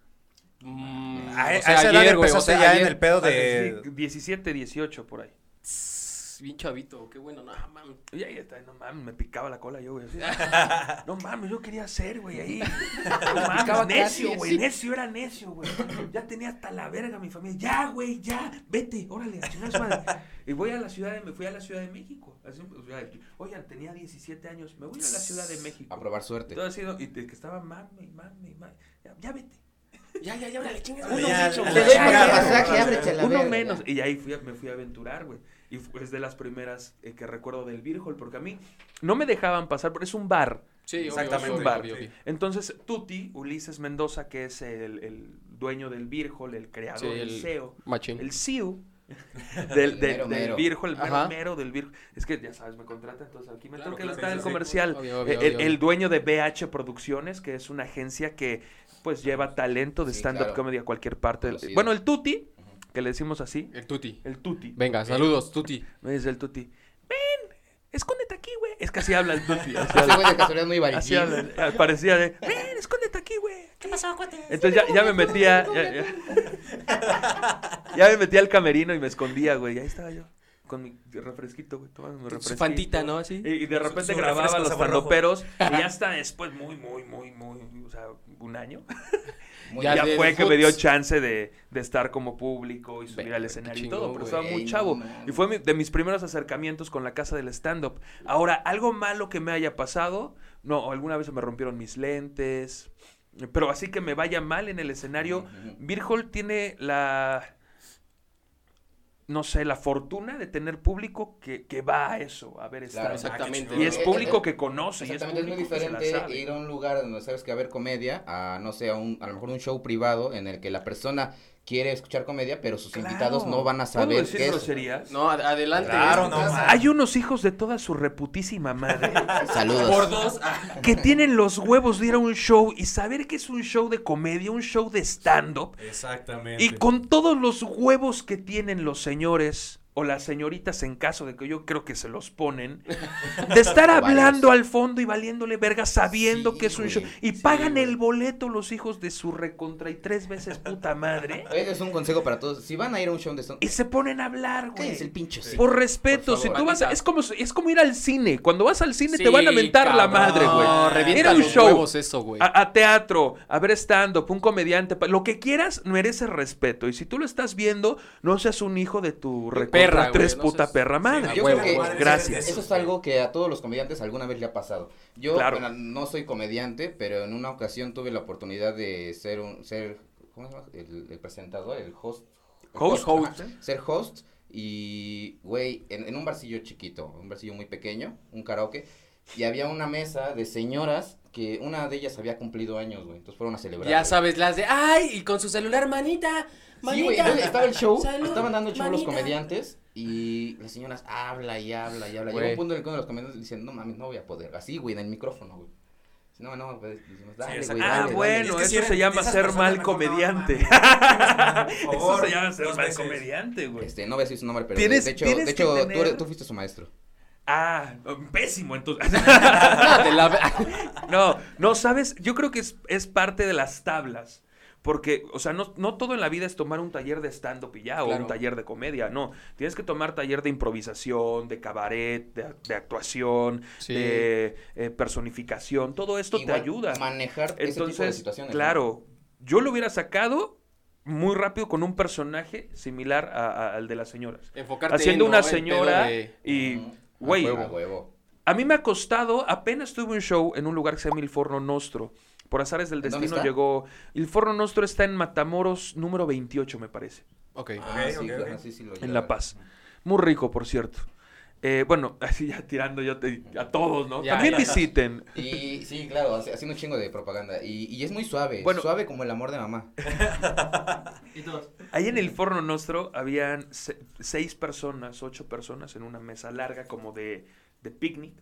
[SPEAKER 3] Mm,
[SPEAKER 4] e, A, a
[SPEAKER 3] o sea,
[SPEAKER 4] esa edad
[SPEAKER 3] ayer, güey, o
[SPEAKER 4] empezaste
[SPEAKER 3] sea,
[SPEAKER 4] ya
[SPEAKER 3] ayer.
[SPEAKER 4] en el pedo
[SPEAKER 6] Sí,
[SPEAKER 4] de...
[SPEAKER 6] 17, 18 Ah, por ahí.
[SPEAKER 3] Tss, Bien chavito, qué bueno, no mames.
[SPEAKER 6] Y ahí está, no mames, me picaba la cola yo, güey.
[SPEAKER 3] <laughs>
[SPEAKER 6] así. No mames, yo quería ser, güey, ahí. No
[SPEAKER 3] picaba
[SPEAKER 6] mames, necio,
[SPEAKER 3] casi,
[SPEAKER 6] güey,
[SPEAKER 3] sí.
[SPEAKER 6] necio, era necio, güey. Ya tenía hasta la verga mi familia. Ya, güey, ya, vete, órale, a chingar a su madre. Y voy a la ciudad, de, me fui a la Ciudad de México. Así, o sea, oigan, tenía 17 años, me voy a la Ciudad de México.
[SPEAKER 2] A probar suerte.
[SPEAKER 6] Todo ha sido, y de que estaba mame, mame, mame. Ya, ya vete.
[SPEAKER 3] Ya, ya, ya, órale, chingas.
[SPEAKER 4] Ya,
[SPEAKER 3] Uno
[SPEAKER 4] ya,
[SPEAKER 3] mucho,
[SPEAKER 4] ya,
[SPEAKER 3] güey.
[SPEAKER 4] ya, ya,
[SPEAKER 2] para
[SPEAKER 4] ya,
[SPEAKER 2] masaje,
[SPEAKER 4] ya,
[SPEAKER 2] ábrete la
[SPEAKER 6] Uno
[SPEAKER 2] verga,
[SPEAKER 6] menos.
[SPEAKER 2] ya.
[SPEAKER 6] Y ahí fui a- me fui a aventurar, güey. Y fu- es de las primeras eh, que recuerdo del Virgol, porque a mí no me dejaban pasar, pero es un bar.
[SPEAKER 3] Sí, obvio,
[SPEAKER 4] Exactamente.
[SPEAKER 3] obvio, obvio,
[SPEAKER 4] Sí.
[SPEAKER 3] obvio.
[SPEAKER 6] Entonces, Tuti, Ulises Mendoza, que es el, el dueño del Virgol, el creador,
[SPEAKER 3] Sí,
[SPEAKER 6] el,
[SPEAKER 3] el-
[SPEAKER 6] CEO,
[SPEAKER 3] Machín.
[SPEAKER 6] el CEO del,
[SPEAKER 2] El
[SPEAKER 6] de-
[SPEAKER 2] mero,
[SPEAKER 6] del
[SPEAKER 2] mero.
[SPEAKER 6] Virgol, el mero,
[SPEAKER 3] Ajá.
[SPEAKER 6] mero del Virgol. Es que ya sabes, me contrata, entonces aquí me
[SPEAKER 3] Claro,
[SPEAKER 6] tengo que
[SPEAKER 3] claro,
[SPEAKER 6] estar en
[SPEAKER 4] sí,
[SPEAKER 6] el
[SPEAKER 4] sí, sí.
[SPEAKER 6] comercial. Eh,
[SPEAKER 3] Obvio, obvio,
[SPEAKER 6] el,
[SPEAKER 3] obvio,
[SPEAKER 6] el
[SPEAKER 3] obvio.
[SPEAKER 6] dueño de BH Producciones, que es una agencia que pues lleva talento de
[SPEAKER 2] Sí,
[SPEAKER 6] stand-up
[SPEAKER 2] claro.
[SPEAKER 6] comedy a cualquier parte. del-
[SPEAKER 2] Conocido.
[SPEAKER 6] Bueno, el Tuti, que le decimos así,
[SPEAKER 3] El Tuti.
[SPEAKER 6] el Tuti,
[SPEAKER 3] Venga, saludos, Tuti.
[SPEAKER 6] me dice el Tuti, ven, escóndete aquí, güey. Es que así habla el Tuti. así
[SPEAKER 2] Ese
[SPEAKER 6] habla.
[SPEAKER 2] güey de casualidad no iba a
[SPEAKER 6] Así habla- parecía de, ven, escóndete aquí, güey. ¿Qué pasó, Entonces ya, ya me metía, ya, ya- ya me metía al camerino y me escondía, güey. Y ahí estaba yo, con mi refresquito, güey, tomando mi refresquito.
[SPEAKER 3] Su fantita, ¿no? Así.
[SPEAKER 6] Y, y de
[SPEAKER 4] Su-
[SPEAKER 6] repente
[SPEAKER 4] su
[SPEAKER 6] grababa
[SPEAKER 4] refresco
[SPEAKER 6] los
[SPEAKER 4] sabor rojo.
[SPEAKER 6] tandoperos y
[SPEAKER 4] <laughs>
[SPEAKER 6] ya hasta después, muy, muy, muy, muy, o sea, un año.
[SPEAKER 2] Muy
[SPEAKER 3] Ya
[SPEAKER 6] Ya,
[SPEAKER 2] bien.
[SPEAKER 3] de-
[SPEAKER 6] fue
[SPEAKER 3] de
[SPEAKER 6] que me dio
[SPEAKER 3] hoots.
[SPEAKER 6] chance de, de estar como público y subir
[SPEAKER 3] Verga,
[SPEAKER 6] al
[SPEAKER 3] qué
[SPEAKER 6] escenario y
[SPEAKER 3] chingón,
[SPEAKER 6] todo, pero estaba
[SPEAKER 2] güey,
[SPEAKER 6] muy
[SPEAKER 2] no
[SPEAKER 6] chavo.
[SPEAKER 2] mames.
[SPEAKER 6] y fue mi- de mis primeros acercamientos con la casa del stand-up. Ahora, algo malo que me haya pasado, no, alguna vez se me rompieron mis lentes, pero así que me vaya mal en el escenario.
[SPEAKER 2] Ujú.
[SPEAKER 6] Virgol tiene la, no sé, la fortuna de tener público que, que va a eso, a ver
[SPEAKER 2] Claro,
[SPEAKER 6] stand-up.
[SPEAKER 3] exactamente.
[SPEAKER 6] Y es
[SPEAKER 2] Eh,
[SPEAKER 6] público
[SPEAKER 2] eh,
[SPEAKER 6] que conoce, y es
[SPEAKER 2] Exactamente, es muy
[SPEAKER 6] público que se la
[SPEAKER 2] diferente
[SPEAKER 6] sabe.
[SPEAKER 2] ir a un lugar donde sabes que va a haber comedia, a no sé, a, un, a lo mejor un show privado en el que la persona quiere escuchar comedia, pero sus
[SPEAKER 4] Claro.
[SPEAKER 2] invitados no van a
[SPEAKER 6] ¿Puedo
[SPEAKER 2] saber
[SPEAKER 6] decir
[SPEAKER 2] qué es.
[SPEAKER 6] groserías?
[SPEAKER 3] No, ad- adelante.
[SPEAKER 4] Claro,
[SPEAKER 3] en tu
[SPEAKER 4] no,
[SPEAKER 3] casa.
[SPEAKER 4] ma.
[SPEAKER 6] Hay unos hijos de toda su reputísima madre
[SPEAKER 2] Saludos.
[SPEAKER 3] Por dos. ah,
[SPEAKER 6] que tienen los huevos de ir a un show y saber que es un show de comedia, un show de stand-up.
[SPEAKER 4] ah, Exactamente.
[SPEAKER 6] Y con todos los huevos que tienen los señores o las señoritas en caso de que yo creo que se los ponen, de estar
[SPEAKER 2] Varios.
[SPEAKER 6] hablando al fondo y valiéndole verga sabiendo
[SPEAKER 2] Sí,
[SPEAKER 6] que es un
[SPEAKER 2] güey.
[SPEAKER 6] show. Y
[SPEAKER 3] Sí,
[SPEAKER 6] pagan
[SPEAKER 3] güey.
[SPEAKER 6] el boleto los hijos de su recontra y tres veces puta madre.
[SPEAKER 2] Ese es un consejo para todos. Si van a ir a un show de stand
[SPEAKER 6] Y se ponen a hablar, güey.
[SPEAKER 2] es el pinche sí.
[SPEAKER 6] Por
[SPEAKER 3] Por
[SPEAKER 6] respeto,
[SPEAKER 3] favor,
[SPEAKER 6] si tú vas, a-
[SPEAKER 3] manita.
[SPEAKER 6] es como es como ir al cine. Cuando vas al cine
[SPEAKER 3] sí,
[SPEAKER 6] te van a mentar la
[SPEAKER 3] cabrón,
[SPEAKER 6] madre, güey.
[SPEAKER 3] No, revienta
[SPEAKER 6] Era un
[SPEAKER 3] los
[SPEAKER 6] show. Ah,
[SPEAKER 3] huevos eso, güey.
[SPEAKER 6] A, a teatro, a ver stand-up, un comediante, pa- lo que quieras merece respeto. Y si tú lo estás viendo, no seas un hijo de tu
[SPEAKER 3] perra,
[SPEAKER 6] recontra
[SPEAKER 3] güey,
[SPEAKER 6] tres
[SPEAKER 3] no
[SPEAKER 6] puta
[SPEAKER 3] seas-
[SPEAKER 6] perra madre.
[SPEAKER 3] a
[SPEAKER 2] Yo
[SPEAKER 3] huevo,
[SPEAKER 2] creo que
[SPEAKER 3] madre,
[SPEAKER 6] gracias.
[SPEAKER 2] Eso es algo que a todos los comediantes alguna vez le ha pasado. Yo
[SPEAKER 6] Claro.
[SPEAKER 2] bueno, no soy comediante, pero en una ocasión tuve la oportunidad de ser un ser ¿cómo se llama? El, el presentador, el host. el
[SPEAKER 6] Host.
[SPEAKER 2] ajá.
[SPEAKER 6] Host, ¿eh?
[SPEAKER 2] Ser host y güey, en, en un barcillo chiquito, un barcillo muy pequeño, un karaoke y había una mesa de señoras que una de ellas había cumplido años, güey, entonces fueron a
[SPEAKER 6] ah.
[SPEAKER 2] celebrar.
[SPEAKER 3] Ya
[SPEAKER 2] güey.
[SPEAKER 3] sabes, las de. ¡Ay! Y con su celular, manita. Manita.
[SPEAKER 2] Sí, güey, entonces
[SPEAKER 3] <laughs>
[SPEAKER 2] estaba el show,
[SPEAKER 3] Salud,
[SPEAKER 2] estaban dando el show los
[SPEAKER 3] manita.
[SPEAKER 2] comediantes y las señoras habla y habla y habla. Llegó
[SPEAKER 3] Güey.
[SPEAKER 2] un punto en el que uno de los comediantes dicen, no mames, no voy a poder. Así, güey, en el micrófono, güey. Dice, No, no, pues, decimos, dale, güey,
[SPEAKER 4] exacto.
[SPEAKER 2] dale,
[SPEAKER 6] Ah,
[SPEAKER 2] dale".
[SPEAKER 6] bueno,
[SPEAKER 4] Es que
[SPEAKER 6] eso
[SPEAKER 4] si eran
[SPEAKER 6] se llama
[SPEAKER 4] esas
[SPEAKER 6] ser
[SPEAKER 4] personas,
[SPEAKER 6] mal
[SPEAKER 4] mejor no,
[SPEAKER 6] comediante. <laughs>
[SPEAKER 4] mames. Por
[SPEAKER 6] Eso
[SPEAKER 4] favor,
[SPEAKER 6] se llama ser
[SPEAKER 4] dos
[SPEAKER 6] mal
[SPEAKER 4] veces.
[SPEAKER 6] comediante, güey.
[SPEAKER 2] Este, no voy a decir su nombre, pero
[SPEAKER 6] Tienes-
[SPEAKER 2] de hecho,
[SPEAKER 6] tienes
[SPEAKER 2] de hecho
[SPEAKER 6] que
[SPEAKER 2] tú,
[SPEAKER 6] tener-
[SPEAKER 2] eres- tú fuiste su maestro.
[SPEAKER 6] Ah, pésimo entonces. <laughs>
[SPEAKER 3] Ah, de <laughs> la-
[SPEAKER 6] No, no, sabes, yo creo que es, es parte de las tablas. Porque, o sea, no, no todo en la vida es tomar un taller de stand-up y ya, o
[SPEAKER 3] Claro.
[SPEAKER 6] un taller de comedia, no. Tienes que tomar taller de improvisación, de cabaret, de, de actuación,
[SPEAKER 3] Sí.
[SPEAKER 6] de eh, personificación. Todo esto
[SPEAKER 2] Igual,
[SPEAKER 6] te ayuda.
[SPEAKER 2] Manejar ese tipo de
[SPEAKER 6] Entonces,
[SPEAKER 2] situaciones. ¿no?
[SPEAKER 6] claro, yo lo hubiera sacado muy rápido con un personaje similar a- a- al de las señoras.
[SPEAKER 3] Enfocarte
[SPEAKER 6] Haciendo
[SPEAKER 3] en, ¿no?
[SPEAKER 6] una
[SPEAKER 3] El
[SPEAKER 6] señora
[SPEAKER 3] pedo de-
[SPEAKER 6] y,
[SPEAKER 2] Ujú.
[SPEAKER 6] güey,
[SPEAKER 2] A huevo.
[SPEAKER 6] a mí me ha costado, apenas tuve un show en un lugar que se llama Il Forno Nostro. Por azares del
[SPEAKER 2] ¿En dónde
[SPEAKER 6] destino
[SPEAKER 2] está?
[SPEAKER 6] llegó. Il Forno Nostro está en Matamoros número 28, me parece,
[SPEAKER 3] Ok.
[SPEAKER 2] Ah, sí,
[SPEAKER 4] ok, ok.
[SPEAKER 2] ajá, sí, sí, lo
[SPEAKER 6] en
[SPEAKER 2] llevo.
[SPEAKER 6] La Paz. Muy rico, por cierto. Eh, bueno, <laughs> así ya tirando yo te- a todos, ¿no?
[SPEAKER 3] Ya,
[SPEAKER 6] También
[SPEAKER 3] ya.
[SPEAKER 6] visiten.
[SPEAKER 2] Y sí, claro, hace- haciendo un chingo de propaganda. Y, y es muy suave,
[SPEAKER 6] Bueno.
[SPEAKER 2] suave como el amor de mamá.
[SPEAKER 6] Ahí en el Forno Nostro habían se- seis personas, ocho personas en una mesa larga como de, de picnic.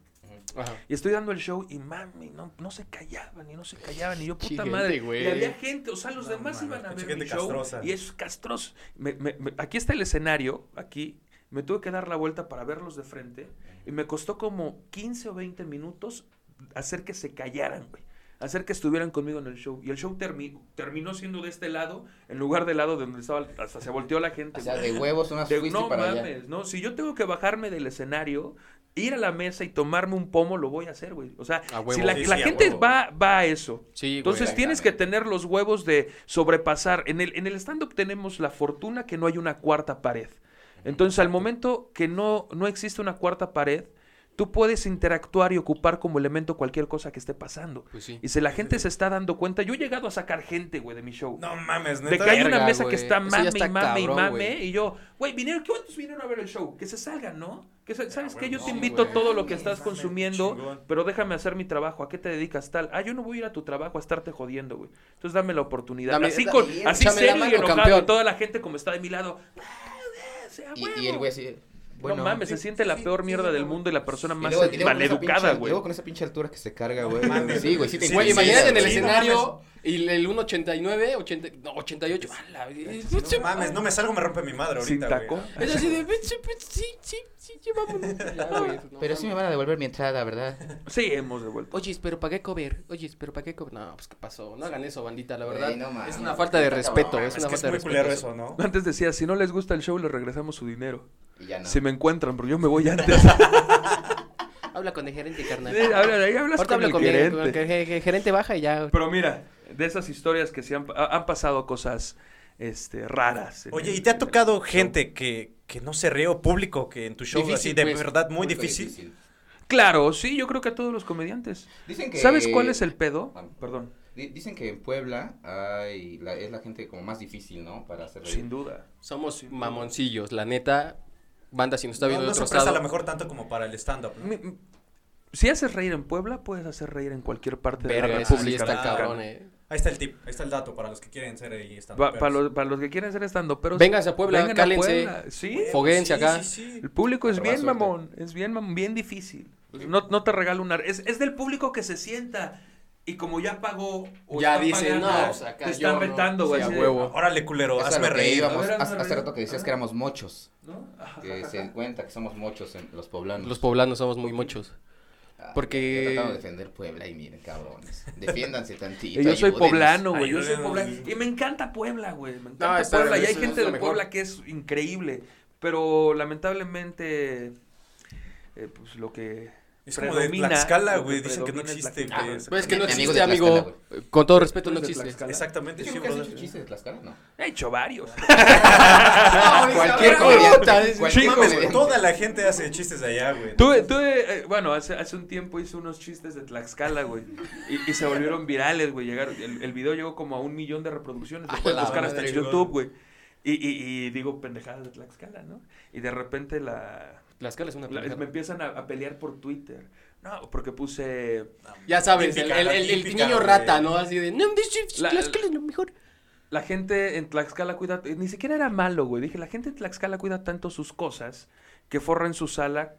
[SPEAKER 3] Ajá.
[SPEAKER 6] Y estoy dando el show y mami, no, no se callaban y no se callaban. Y yo, puta
[SPEAKER 3] Pinche
[SPEAKER 6] madre.
[SPEAKER 3] gente, güey.
[SPEAKER 6] Y había gente, o sea, los
[SPEAKER 4] No
[SPEAKER 6] demás
[SPEAKER 4] mames,
[SPEAKER 6] iban a
[SPEAKER 4] pinche
[SPEAKER 6] ver mi
[SPEAKER 4] gente
[SPEAKER 6] show.
[SPEAKER 4] castrosa.
[SPEAKER 6] Y es castroso. Me- me- me- aquí está el escenario, aquí. Me tuve que dar la vuelta para verlos de frente. Y me costó como 15 o 20 minutos hacer que se callaran, güey. Hacer que estuvieran conmigo en el show. Y el show termi- terminó siendo de este lado, en lugar del lado de donde estaba, hasta se volteó la gente.
[SPEAKER 2] O sea,
[SPEAKER 6] güey.
[SPEAKER 2] de huevos unas
[SPEAKER 6] De-
[SPEAKER 2] fuiste
[SPEAKER 6] no
[SPEAKER 2] para allá.
[SPEAKER 6] mames, no, si yo tengo que bajarme del escenario, ir a la mesa y tomarme un pomo, lo voy a hacer, güey. O sea,
[SPEAKER 3] A huevo.
[SPEAKER 6] si la,
[SPEAKER 4] Sí,
[SPEAKER 6] la
[SPEAKER 4] sí, a
[SPEAKER 6] gente
[SPEAKER 4] huevo.
[SPEAKER 6] va, va a eso.
[SPEAKER 3] Sí,
[SPEAKER 6] Entonces
[SPEAKER 3] güey.
[SPEAKER 6] tienes que tener los huevos de sobrepasar. En el, en el stand-up tenemos la fortuna que no hay una cuarta pared. Entonces, al momento que no, no existe una cuarta pared, tú puedes interactuar y ocupar como elemento cualquier cosa que esté pasando.
[SPEAKER 3] Pues sí.
[SPEAKER 6] Y si la gente se está dando cuenta, yo he llegado a sacar gente, güey, de mi show.
[SPEAKER 4] No mames,
[SPEAKER 6] De
[SPEAKER 4] neta.
[SPEAKER 6] que hay una
[SPEAKER 3] Verga,
[SPEAKER 6] mesa
[SPEAKER 3] güey.
[SPEAKER 6] que está
[SPEAKER 3] Eso ya
[SPEAKER 6] mame
[SPEAKER 3] está
[SPEAKER 6] y mame
[SPEAKER 3] cabrón,
[SPEAKER 6] y mame.
[SPEAKER 3] güey.
[SPEAKER 6] Y yo, güey, vinieron, ¿qué cuántos vinieron a ver el show? Que se salgan, ¿no? Que se- ¿Sabes qué?
[SPEAKER 4] Ah, güey,
[SPEAKER 6] Yo
[SPEAKER 4] no,
[SPEAKER 6] te invito
[SPEAKER 3] güey.
[SPEAKER 6] todo lo que
[SPEAKER 4] Mames,
[SPEAKER 6] estás
[SPEAKER 4] mames,
[SPEAKER 6] consumiendo,
[SPEAKER 4] chingón.
[SPEAKER 6] pero déjame hacer mi trabajo. ¿A qué te dedicas tal? Ah, yo no voy a ir a tu trabajo a estarte jodiendo, güey. Entonces dame la oportunidad.
[SPEAKER 3] Dame-
[SPEAKER 6] así
[SPEAKER 3] da-
[SPEAKER 6] con,
[SPEAKER 3] bien,
[SPEAKER 6] así
[SPEAKER 3] échame la
[SPEAKER 6] serio y
[SPEAKER 3] mano,
[SPEAKER 6] enojado.
[SPEAKER 3] campeón.
[SPEAKER 6] Toda la gente como está de mi lado. "Ah, güey, sea
[SPEAKER 2] Y, y
[SPEAKER 6] huevo".
[SPEAKER 2] el güey así,
[SPEAKER 6] No
[SPEAKER 2] bueno.
[SPEAKER 6] mames, se siente la peor mierda del mundo y la persona
[SPEAKER 2] Y
[SPEAKER 6] más
[SPEAKER 2] luego- y luego con esa
[SPEAKER 6] maleducada,
[SPEAKER 2] pinche-
[SPEAKER 6] güey.
[SPEAKER 2] Luego con esa pinche altura que se carga,
[SPEAKER 4] No
[SPEAKER 2] güey.
[SPEAKER 4] mames.
[SPEAKER 2] Sí, güey, sí te
[SPEAKER 4] Sí,
[SPEAKER 3] Güey,
[SPEAKER 4] sí,
[SPEAKER 3] imagínate
[SPEAKER 4] sí,
[SPEAKER 3] en el
[SPEAKER 4] sí, no
[SPEAKER 3] escenario y el 1.89, 80, no, 88. A la vez.
[SPEAKER 4] No mames, no me salgo, me rompe mi madre ahorita.
[SPEAKER 6] Sin
[SPEAKER 4] güey.
[SPEAKER 6] taco.
[SPEAKER 3] Es así de, "Pinche, pinche, sí, sí, sí, llevámonos. Ya, güey, no
[SPEAKER 2] <laughs> Pero sí me van a devolver mi entrada, ¿verdad?
[SPEAKER 6] Sí, hemos devuelto.
[SPEAKER 3] Oye, pero pagué cover. Oye, pero pagué cover. No, pues qué pasó. No hagan eso, bandita, la verdad.
[SPEAKER 2] Güey, no mames.
[SPEAKER 3] es una falta de
[SPEAKER 2] Está
[SPEAKER 3] respeto.
[SPEAKER 2] cabrón.
[SPEAKER 3] Es
[SPEAKER 4] Es
[SPEAKER 3] una
[SPEAKER 4] que es
[SPEAKER 3] falta de
[SPEAKER 4] muy
[SPEAKER 3] respeto.
[SPEAKER 4] culero eso,
[SPEAKER 3] <laughs>
[SPEAKER 4] ¿no?
[SPEAKER 6] Antes decía, si no les gusta el show, les regresamos su dinero.
[SPEAKER 2] Y ya no.
[SPEAKER 6] Si me encuentran, pero yo me voy antes.
[SPEAKER 3] Habla con el gerente, carnal.
[SPEAKER 6] Sí, habla- ahí hablas
[SPEAKER 3] Ahorita
[SPEAKER 6] con
[SPEAKER 3] hablo
[SPEAKER 6] el
[SPEAKER 3] con,
[SPEAKER 6] gerente.
[SPEAKER 3] el, con el ge- ge- gerente baja y ya.
[SPEAKER 6] Pero mira, de esas historias que se han, ha- han pasado cosas este, raras. en
[SPEAKER 4] Oye,
[SPEAKER 6] el-
[SPEAKER 4] ¿y te ha
[SPEAKER 6] en el
[SPEAKER 4] tocado
[SPEAKER 6] show?
[SPEAKER 4] gente que, que no se ríe o público que en tu show
[SPEAKER 3] Difícil,
[SPEAKER 4] así de
[SPEAKER 3] pues,
[SPEAKER 4] verdad muy
[SPEAKER 2] Justo
[SPEAKER 4] difícil?
[SPEAKER 6] Claro, sí, yo creo que a todos los comediantes.
[SPEAKER 2] Dicen que...
[SPEAKER 6] ¿Sabes cuál es el pedo?
[SPEAKER 2] Ah.
[SPEAKER 6] Perdón.
[SPEAKER 2] Di- Dicen que en Puebla hay la- es la gente como más difícil, ¿no? Para hacer reír.
[SPEAKER 6] Sin duda.
[SPEAKER 3] Somos mamoncillos, la neta. Banda, si nos está
[SPEAKER 4] No,
[SPEAKER 3] viendo
[SPEAKER 4] no
[SPEAKER 3] de
[SPEAKER 4] se
[SPEAKER 3] otro
[SPEAKER 4] presta a lo
[SPEAKER 3] estado.
[SPEAKER 4] mejor tanto como para el stand-up. ¿no?
[SPEAKER 6] Mi- m- Si haces reír en Puebla, puedes hacer reír en cualquier parte de
[SPEAKER 3] Verga,
[SPEAKER 6] la
[SPEAKER 3] eso sí
[SPEAKER 6] República
[SPEAKER 3] está
[SPEAKER 6] Mexicana.
[SPEAKER 3] cabrón, eh.
[SPEAKER 4] Ahí está el tip, ahí está el dato para los que quieren ser ahí
[SPEAKER 6] Pa- para,
[SPEAKER 4] estandoperos.
[SPEAKER 6] los, para los que quieren ser estando, pero
[SPEAKER 3] Vénganse a Puebla, cálense.
[SPEAKER 6] Sí,
[SPEAKER 3] Foguense
[SPEAKER 4] Sí,
[SPEAKER 3] acá.
[SPEAKER 4] sí, sí.
[SPEAKER 6] el público es
[SPEAKER 2] Prueba
[SPEAKER 6] bien
[SPEAKER 2] suerte.
[SPEAKER 6] mamón, es bien mamón, bien difícil. No, no te regalo una... Es, es del público que se sienta y como ya pagó o
[SPEAKER 3] Ya
[SPEAKER 6] está
[SPEAKER 3] dice,
[SPEAKER 6] pagando,
[SPEAKER 3] "No, pues acá
[SPEAKER 6] te
[SPEAKER 3] yo
[SPEAKER 6] están
[SPEAKER 3] no".
[SPEAKER 6] vetando,
[SPEAKER 3] Sí,
[SPEAKER 6] güey.
[SPEAKER 3] a
[SPEAKER 6] así de,
[SPEAKER 3] huevo.
[SPEAKER 4] Órale, culero,
[SPEAKER 2] Eso es
[SPEAKER 4] hazme
[SPEAKER 2] lo que
[SPEAKER 4] reír.
[SPEAKER 2] íbamos.
[SPEAKER 6] A ver, hazme
[SPEAKER 2] Hace, hace
[SPEAKER 6] reír.
[SPEAKER 2] rato que decías que éramos mochos.
[SPEAKER 6] ¿no? <laughs>
[SPEAKER 2] Que se den cuenta que somos mochos en los poblanos.
[SPEAKER 3] Los poblanos somos muy muchos.
[SPEAKER 2] Ah,
[SPEAKER 3] porque-
[SPEAKER 2] Tratando de defender Puebla y miren, cabrones. Defiéndanse tantito.
[SPEAKER 6] Y <laughs> yo soy
[SPEAKER 2] ayúdennos.
[SPEAKER 6] poblano, güey. Yo
[SPEAKER 4] Ayúdenos.
[SPEAKER 6] soy poblano. Y me encanta Puebla, güey. Me encanta
[SPEAKER 3] está
[SPEAKER 6] Puebla.
[SPEAKER 3] bien,
[SPEAKER 6] Y hay
[SPEAKER 3] eso
[SPEAKER 6] gente
[SPEAKER 3] es
[SPEAKER 6] de
[SPEAKER 3] lo mejor.
[SPEAKER 6] Puebla que es increíble. Pero lamentablemente, eh, pues lo que.
[SPEAKER 4] Es como de
[SPEAKER 6] predomina-
[SPEAKER 4] Tlaxcala,
[SPEAKER 6] lo que
[SPEAKER 4] güey. Dicen que no
[SPEAKER 6] predomina es
[SPEAKER 4] existe,
[SPEAKER 6] Tlaxcala.
[SPEAKER 4] güey.
[SPEAKER 6] Ah,
[SPEAKER 3] Pues es que no
[SPEAKER 2] Mi amigo
[SPEAKER 3] existe,
[SPEAKER 2] de
[SPEAKER 3] amigo.
[SPEAKER 2] Tlaxcala,
[SPEAKER 3] Con todo respeto, no
[SPEAKER 6] Eres de
[SPEAKER 3] existe.
[SPEAKER 6] Tlaxcala.
[SPEAKER 2] De
[SPEAKER 4] Exactamente,
[SPEAKER 2] hecho,
[SPEAKER 4] sí,
[SPEAKER 2] nunca has
[SPEAKER 4] brother.
[SPEAKER 2] hecho chistes de Tlaxcala, ¿no? Ah,
[SPEAKER 6] He hecho
[SPEAKER 3] <laughs>
[SPEAKER 6] varios. Ah,
[SPEAKER 2] Cualquier
[SPEAKER 3] cabrón.
[SPEAKER 2] comediante.
[SPEAKER 4] Sí,
[SPEAKER 2] Cualquier
[SPEAKER 6] Chingo,
[SPEAKER 4] mames,
[SPEAKER 2] comediante.
[SPEAKER 4] toda la gente hace chistes de allá, güey.
[SPEAKER 6] Tuve, tuve, eh, bueno, hace, hace un tiempo hice unos chistes de Tlaxcala, güey. Y, y se volvieron virales, güey. Llegaron, el, el video llegó como a un millón de reproducciones. Lo
[SPEAKER 3] A
[SPEAKER 6] puedes
[SPEAKER 3] la
[SPEAKER 6] buscar hasta
[SPEAKER 3] madre,
[SPEAKER 6] en
[SPEAKER 4] chingón.
[SPEAKER 6] YouTube, güey. Y, y, y digo pendejadas de Tlaxcala, ¿no? Y de repente la,
[SPEAKER 3] Tlaxcala es una
[SPEAKER 6] la- me
[SPEAKER 3] pendejada.
[SPEAKER 6] empiezan a, a pelear por Twitter. No, porque puse
[SPEAKER 3] Ya sabes, el,
[SPEAKER 4] Típica,
[SPEAKER 3] el- el- el
[SPEAKER 4] típica,
[SPEAKER 3] niño
[SPEAKER 4] güey.
[SPEAKER 3] rata, ¿no? Así de, no,
[SPEAKER 6] La-
[SPEAKER 3] Tlaxcala es lo mejor.
[SPEAKER 6] la gente en Tlaxcala cuida, ni siquiera era malo, güey. Dije, la gente en Tlaxcala cuida tanto sus cosas que forran su sala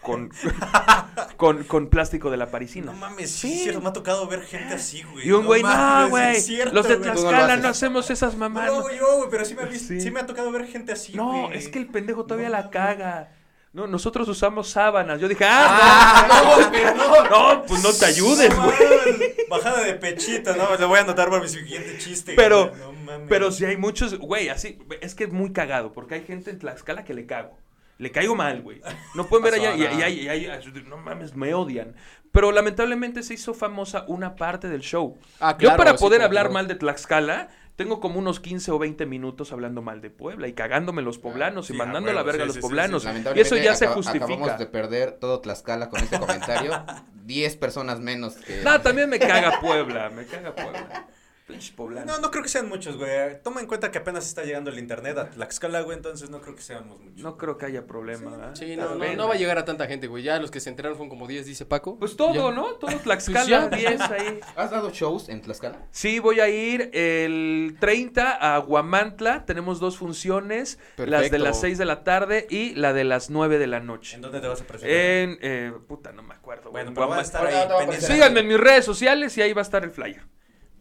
[SPEAKER 6] con, <laughs> con, con plástico de la parisina.
[SPEAKER 4] No mames, sí, es cierto, me ha tocado ver gente así, güey.
[SPEAKER 6] y un güey,
[SPEAKER 4] mames,
[SPEAKER 6] no, güey,
[SPEAKER 4] es cierto,
[SPEAKER 6] los de
[SPEAKER 4] güey".
[SPEAKER 2] Tú no lo
[SPEAKER 6] Tlaxcala no,
[SPEAKER 2] haces.
[SPEAKER 6] hacemos esas
[SPEAKER 4] No
[SPEAKER 6] mamadas.
[SPEAKER 4] lo hago yo, güey, pero sí me, ha visto-
[SPEAKER 6] Sí.
[SPEAKER 4] sí me ha tocado ver gente así,
[SPEAKER 6] No,
[SPEAKER 4] güey.
[SPEAKER 6] es que el pendejo todavía
[SPEAKER 4] No
[SPEAKER 6] la
[SPEAKER 4] mames.
[SPEAKER 6] caga. No, nosotros usamos sábanas. Yo dije, ah,
[SPEAKER 2] ¡Ah, no, perdón!
[SPEAKER 6] no, no, <laughs> pues no te ayudes,
[SPEAKER 4] No
[SPEAKER 6] güey.
[SPEAKER 4] mames, Bajada de pechito, no, lo voy a anotar para mi siguiente chiste.
[SPEAKER 6] Pero-
[SPEAKER 4] güey, no mames.
[SPEAKER 6] Pero si hay muchos, güey, así, es que es muy cagado, porque hay gente en Tlaxcala que le cago. Le caigo mal, güey. No pueden ver allá, y, y hay- y hay- no mames, me odian. Pero lamentablemente se hizo famosa una parte del show.
[SPEAKER 3] Ah, claro,
[SPEAKER 6] Yo para
[SPEAKER 3] sí,
[SPEAKER 6] poder
[SPEAKER 3] como
[SPEAKER 6] hablar
[SPEAKER 3] que-
[SPEAKER 6] mal de Tlaxcala, tengo como unos 15 o 20 minutos hablando mal de Puebla y cagándome los poblanos
[SPEAKER 4] Sí,
[SPEAKER 6] y
[SPEAKER 4] a
[SPEAKER 6] mandando la
[SPEAKER 4] huevo,
[SPEAKER 6] verga
[SPEAKER 4] sí,
[SPEAKER 6] a los
[SPEAKER 4] sí, sí, sí.
[SPEAKER 6] poblanos. Y
[SPEAKER 2] Lamentablemente,
[SPEAKER 6] eso ya se
[SPEAKER 2] acaba- Acabamos
[SPEAKER 6] justifica.
[SPEAKER 2] de perder todo Tlaxcala con este comentario. Diez personas menos que...
[SPEAKER 6] No, también me caga Puebla, me caga Puebla. Pinches poblanos.
[SPEAKER 4] No, no creo que sean muchos, güey. Toma en cuenta que apenas está llegando el internet a Tlaxcala, güey, entonces no creo que seamos muchos.
[SPEAKER 6] No creo que haya problema. ¿verdad?
[SPEAKER 3] Sí, no, no,
[SPEAKER 6] Pena.
[SPEAKER 3] no va a llegar a tanta gente, güey. Ya los que se enteraron fueron como 10, dice Paco.
[SPEAKER 6] Pues todo,
[SPEAKER 3] Ya.
[SPEAKER 6] ¿no? Todo Tlaxcala, 10 ahí.
[SPEAKER 2] ¿Has dado shows en Tlaxcala?
[SPEAKER 6] Sí, voy a ir el 30 a Guamantla. Tenemos dos funciones, las de
[SPEAKER 3] Perfecto.
[SPEAKER 6] las 6 de la tarde y la de las 9 de la
[SPEAKER 4] ¿En
[SPEAKER 6] noche.
[SPEAKER 4] dónde te vas a presentar?
[SPEAKER 6] En, eh, puta, no me acuerdo. güey,
[SPEAKER 4] bueno,
[SPEAKER 6] en
[SPEAKER 4] pero va a
[SPEAKER 6] Guamantla.
[SPEAKER 4] estar
[SPEAKER 2] Ahorita te
[SPEAKER 4] ahí
[SPEAKER 2] voy a
[SPEAKER 4] pendiente.
[SPEAKER 2] presentar.
[SPEAKER 6] Síganme en mis redes sociales y ahí va a estar el flyer.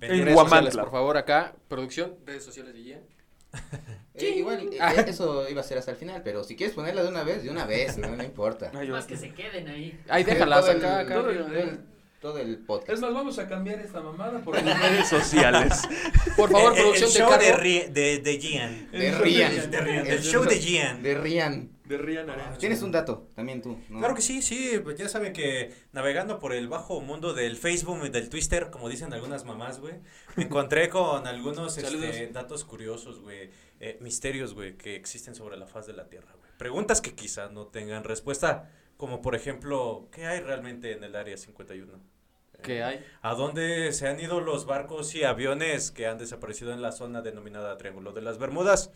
[SPEAKER 4] Pendiente.
[SPEAKER 6] en
[SPEAKER 3] Redes sociales,
[SPEAKER 6] Guamantla.
[SPEAKER 3] por favor, acá. Producción, redes sociales de Guillén.
[SPEAKER 2] Eh, igual, eh, eh, eso iba a ser hasta el final, pero si quieres ponerla de una vez, de una vez, no, no importa.
[SPEAKER 6] Ay, yo-
[SPEAKER 1] Más que se queden ahí.
[SPEAKER 3] Ahí
[SPEAKER 2] <laughs>
[SPEAKER 3] déjalas
[SPEAKER 2] Todo el-
[SPEAKER 3] acá, acá.
[SPEAKER 2] todo el-
[SPEAKER 3] arriba.
[SPEAKER 2] Todo el podcast.
[SPEAKER 6] Es más, vamos a cambiar esta mamada por las redes sociales.
[SPEAKER 3] Por favor,
[SPEAKER 4] <laughs> El- el,
[SPEAKER 3] producción, te
[SPEAKER 4] show de,
[SPEAKER 3] encargo.
[SPEAKER 4] Ri- de, de Gian.
[SPEAKER 2] De
[SPEAKER 4] De
[SPEAKER 2] Rian.
[SPEAKER 4] Rian, El show de Gian.
[SPEAKER 2] De Rian.
[SPEAKER 6] <laughs> De Rian Arena.
[SPEAKER 2] Tienes un dato, también tú. ¿no?
[SPEAKER 4] Claro que sí, sí, pues ya saben que navegando por el bajo mundo del Facebook y del Twitter, como dicen algunas mamás, güey, me encontré con algunos este,
[SPEAKER 3] Saludos.
[SPEAKER 4] datos curiosos, güey, eh, misterios, güey, que existen sobre la faz de la Tierra, güey. Preguntas que quizá no tengan respuesta, como por ejemplo, ¿qué hay realmente en el Área 51? Eh,
[SPEAKER 3] ¿Qué hay?
[SPEAKER 4] ¿A dónde se han ido los barcos y aviones que han desaparecido en la zona denominada Triángulo de las Bermudas?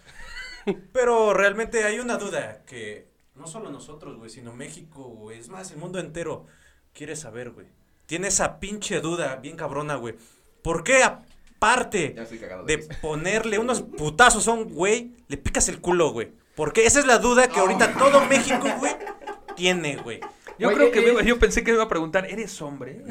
[SPEAKER 4] Pero realmente hay una duda que no solo nosotros, güey, sino México, güey, es más, el mundo entero quiere saber, güey. Tiene esa pinche duda bien cabrona, güey. ¿Por qué aparte
[SPEAKER 2] Ya estoy cagado de
[SPEAKER 4] de
[SPEAKER 2] risa.
[SPEAKER 4] ponerle unos putazos a un güey, le picas el culo, güey? Porque esa es la duda que ahorita todo México, güey, tiene, güey.
[SPEAKER 6] Yo
[SPEAKER 2] Güey,
[SPEAKER 6] creo que
[SPEAKER 2] eh,
[SPEAKER 6] me- yo pensé que me iba a preguntar, ¿eres hombre?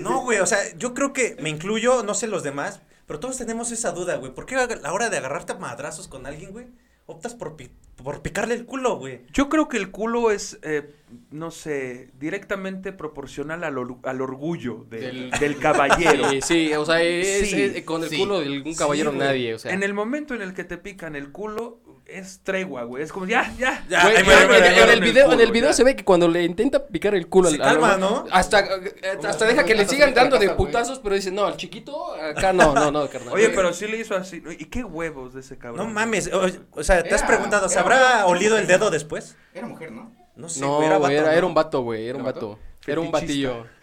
[SPEAKER 4] No, güey, <laughs> o sea, yo creo que me incluyo, no sé los demás, pero todos tenemos esa duda, güey. ¿Por qué a la hora de agarrarte a madrazos con alguien, güey, optas por, pi- por picarle el culo, güey?
[SPEAKER 6] Yo creo que el culo es, eh, no sé, directamente proporcional al, or- al orgullo de-
[SPEAKER 3] Del-
[SPEAKER 6] <laughs> del, caballero.
[SPEAKER 3] Sí, sí, o sea, es,
[SPEAKER 6] Sí,
[SPEAKER 3] es- con el
[SPEAKER 2] sí.
[SPEAKER 3] culo de algún caballero
[SPEAKER 4] güey.
[SPEAKER 3] nadie, o sea.
[SPEAKER 6] En el momento en el que te pican el culo, es tregua, güey. Es como, ya, ya.
[SPEAKER 4] Ya,
[SPEAKER 3] Güey,
[SPEAKER 4] ahí
[SPEAKER 3] en-
[SPEAKER 4] me- ahí me-
[SPEAKER 3] en-
[SPEAKER 4] ahí me-
[SPEAKER 3] en el video,
[SPEAKER 6] culo,
[SPEAKER 3] en el video
[SPEAKER 6] ya.
[SPEAKER 3] se ve que cuando le intenta picar el culo
[SPEAKER 4] Se
[SPEAKER 3] al- al-
[SPEAKER 4] calma, ¿no?
[SPEAKER 3] Hasta, eh, hasta deja que le sigan dando de putazos, pero dice, no, al chiquito, acá no, no, no, carnal.
[SPEAKER 6] Oye, pero sí le hizo así. ¿no? ¿Y qué huevos de ese
[SPEAKER 4] No
[SPEAKER 6] cabrón?
[SPEAKER 4] mames, o, o sea, te has
[SPEAKER 2] Era-
[SPEAKER 4] preguntado, ¿se
[SPEAKER 2] era-
[SPEAKER 4] habrá olido el dedo después?
[SPEAKER 2] Era mujer, ¿no?
[SPEAKER 4] No sé,
[SPEAKER 3] No,
[SPEAKER 4] güey,
[SPEAKER 3] era,
[SPEAKER 4] vato,
[SPEAKER 3] era,
[SPEAKER 4] ¿no?
[SPEAKER 3] un vato, güey, era un
[SPEAKER 2] ¿Era vato?
[SPEAKER 3] vato. Era un
[SPEAKER 6] Fetichista.
[SPEAKER 3] batillo.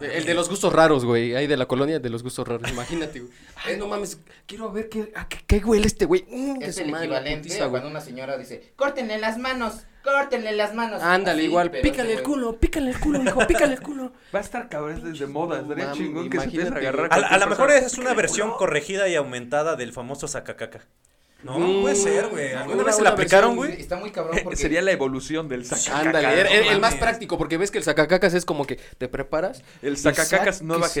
[SPEAKER 3] El de los gustos raros, güey. Ahí de la colonia de los gustos raros. Imagínate,
[SPEAKER 2] <laughs>
[SPEAKER 3] güey. Ay, no mames. Quiero ver qué, a qué, qué huele este güey. Mm, que
[SPEAKER 2] Es
[SPEAKER 3] su
[SPEAKER 2] el
[SPEAKER 3] madre, la
[SPEAKER 2] equivalente
[SPEAKER 3] putiza,
[SPEAKER 2] a
[SPEAKER 3] güey.
[SPEAKER 2] cuando una señora dice, córtenle las manos, córtenle las manos.
[SPEAKER 3] Ándale,
[SPEAKER 2] Así,
[SPEAKER 3] igual,
[SPEAKER 2] pero
[SPEAKER 3] pícale
[SPEAKER 2] este
[SPEAKER 3] el
[SPEAKER 2] güey-
[SPEAKER 3] culo, pícale el culo, hijo, pícale el
[SPEAKER 2] <laughs>
[SPEAKER 3] culo.
[SPEAKER 6] Va a estar cabrón desde moda. Estaría
[SPEAKER 3] mam,
[SPEAKER 6] chingón que se empiece a
[SPEAKER 3] imagínate.
[SPEAKER 6] agarrar.
[SPEAKER 4] A, la- a
[SPEAKER 6] cualquier
[SPEAKER 4] lo mejor
[SPEAKER 6] persona.
[SPEAKER 4] es una versión corregida y aumentada del famoso sacacaca. No, puede ser, güey. ¿Alguna
[SPEAKER 3] Mm. una-
[SPEAKER 4] vez se
[SPEAKER 3] una
[SPEAKER 4] la aplicaron,
[SPEAKER 3] versión
[SPEAKER 4] güey?
[SPEAKER 2] Está muy cabrón porque.
[SPEAKER 6] Sería la evolución del saca.
[SPEAKER 3] Ándale, era- era el, más
[SPEAKER 4] mames.
[SPEAKER 3] práctico, porque ves que el sacacacas es como que te preparas.
[SPEAKER 6] El
[SPEAKER 3] y
[SPEAKER 6] sacacacas nueva
[SPEAKER 3] sáquese.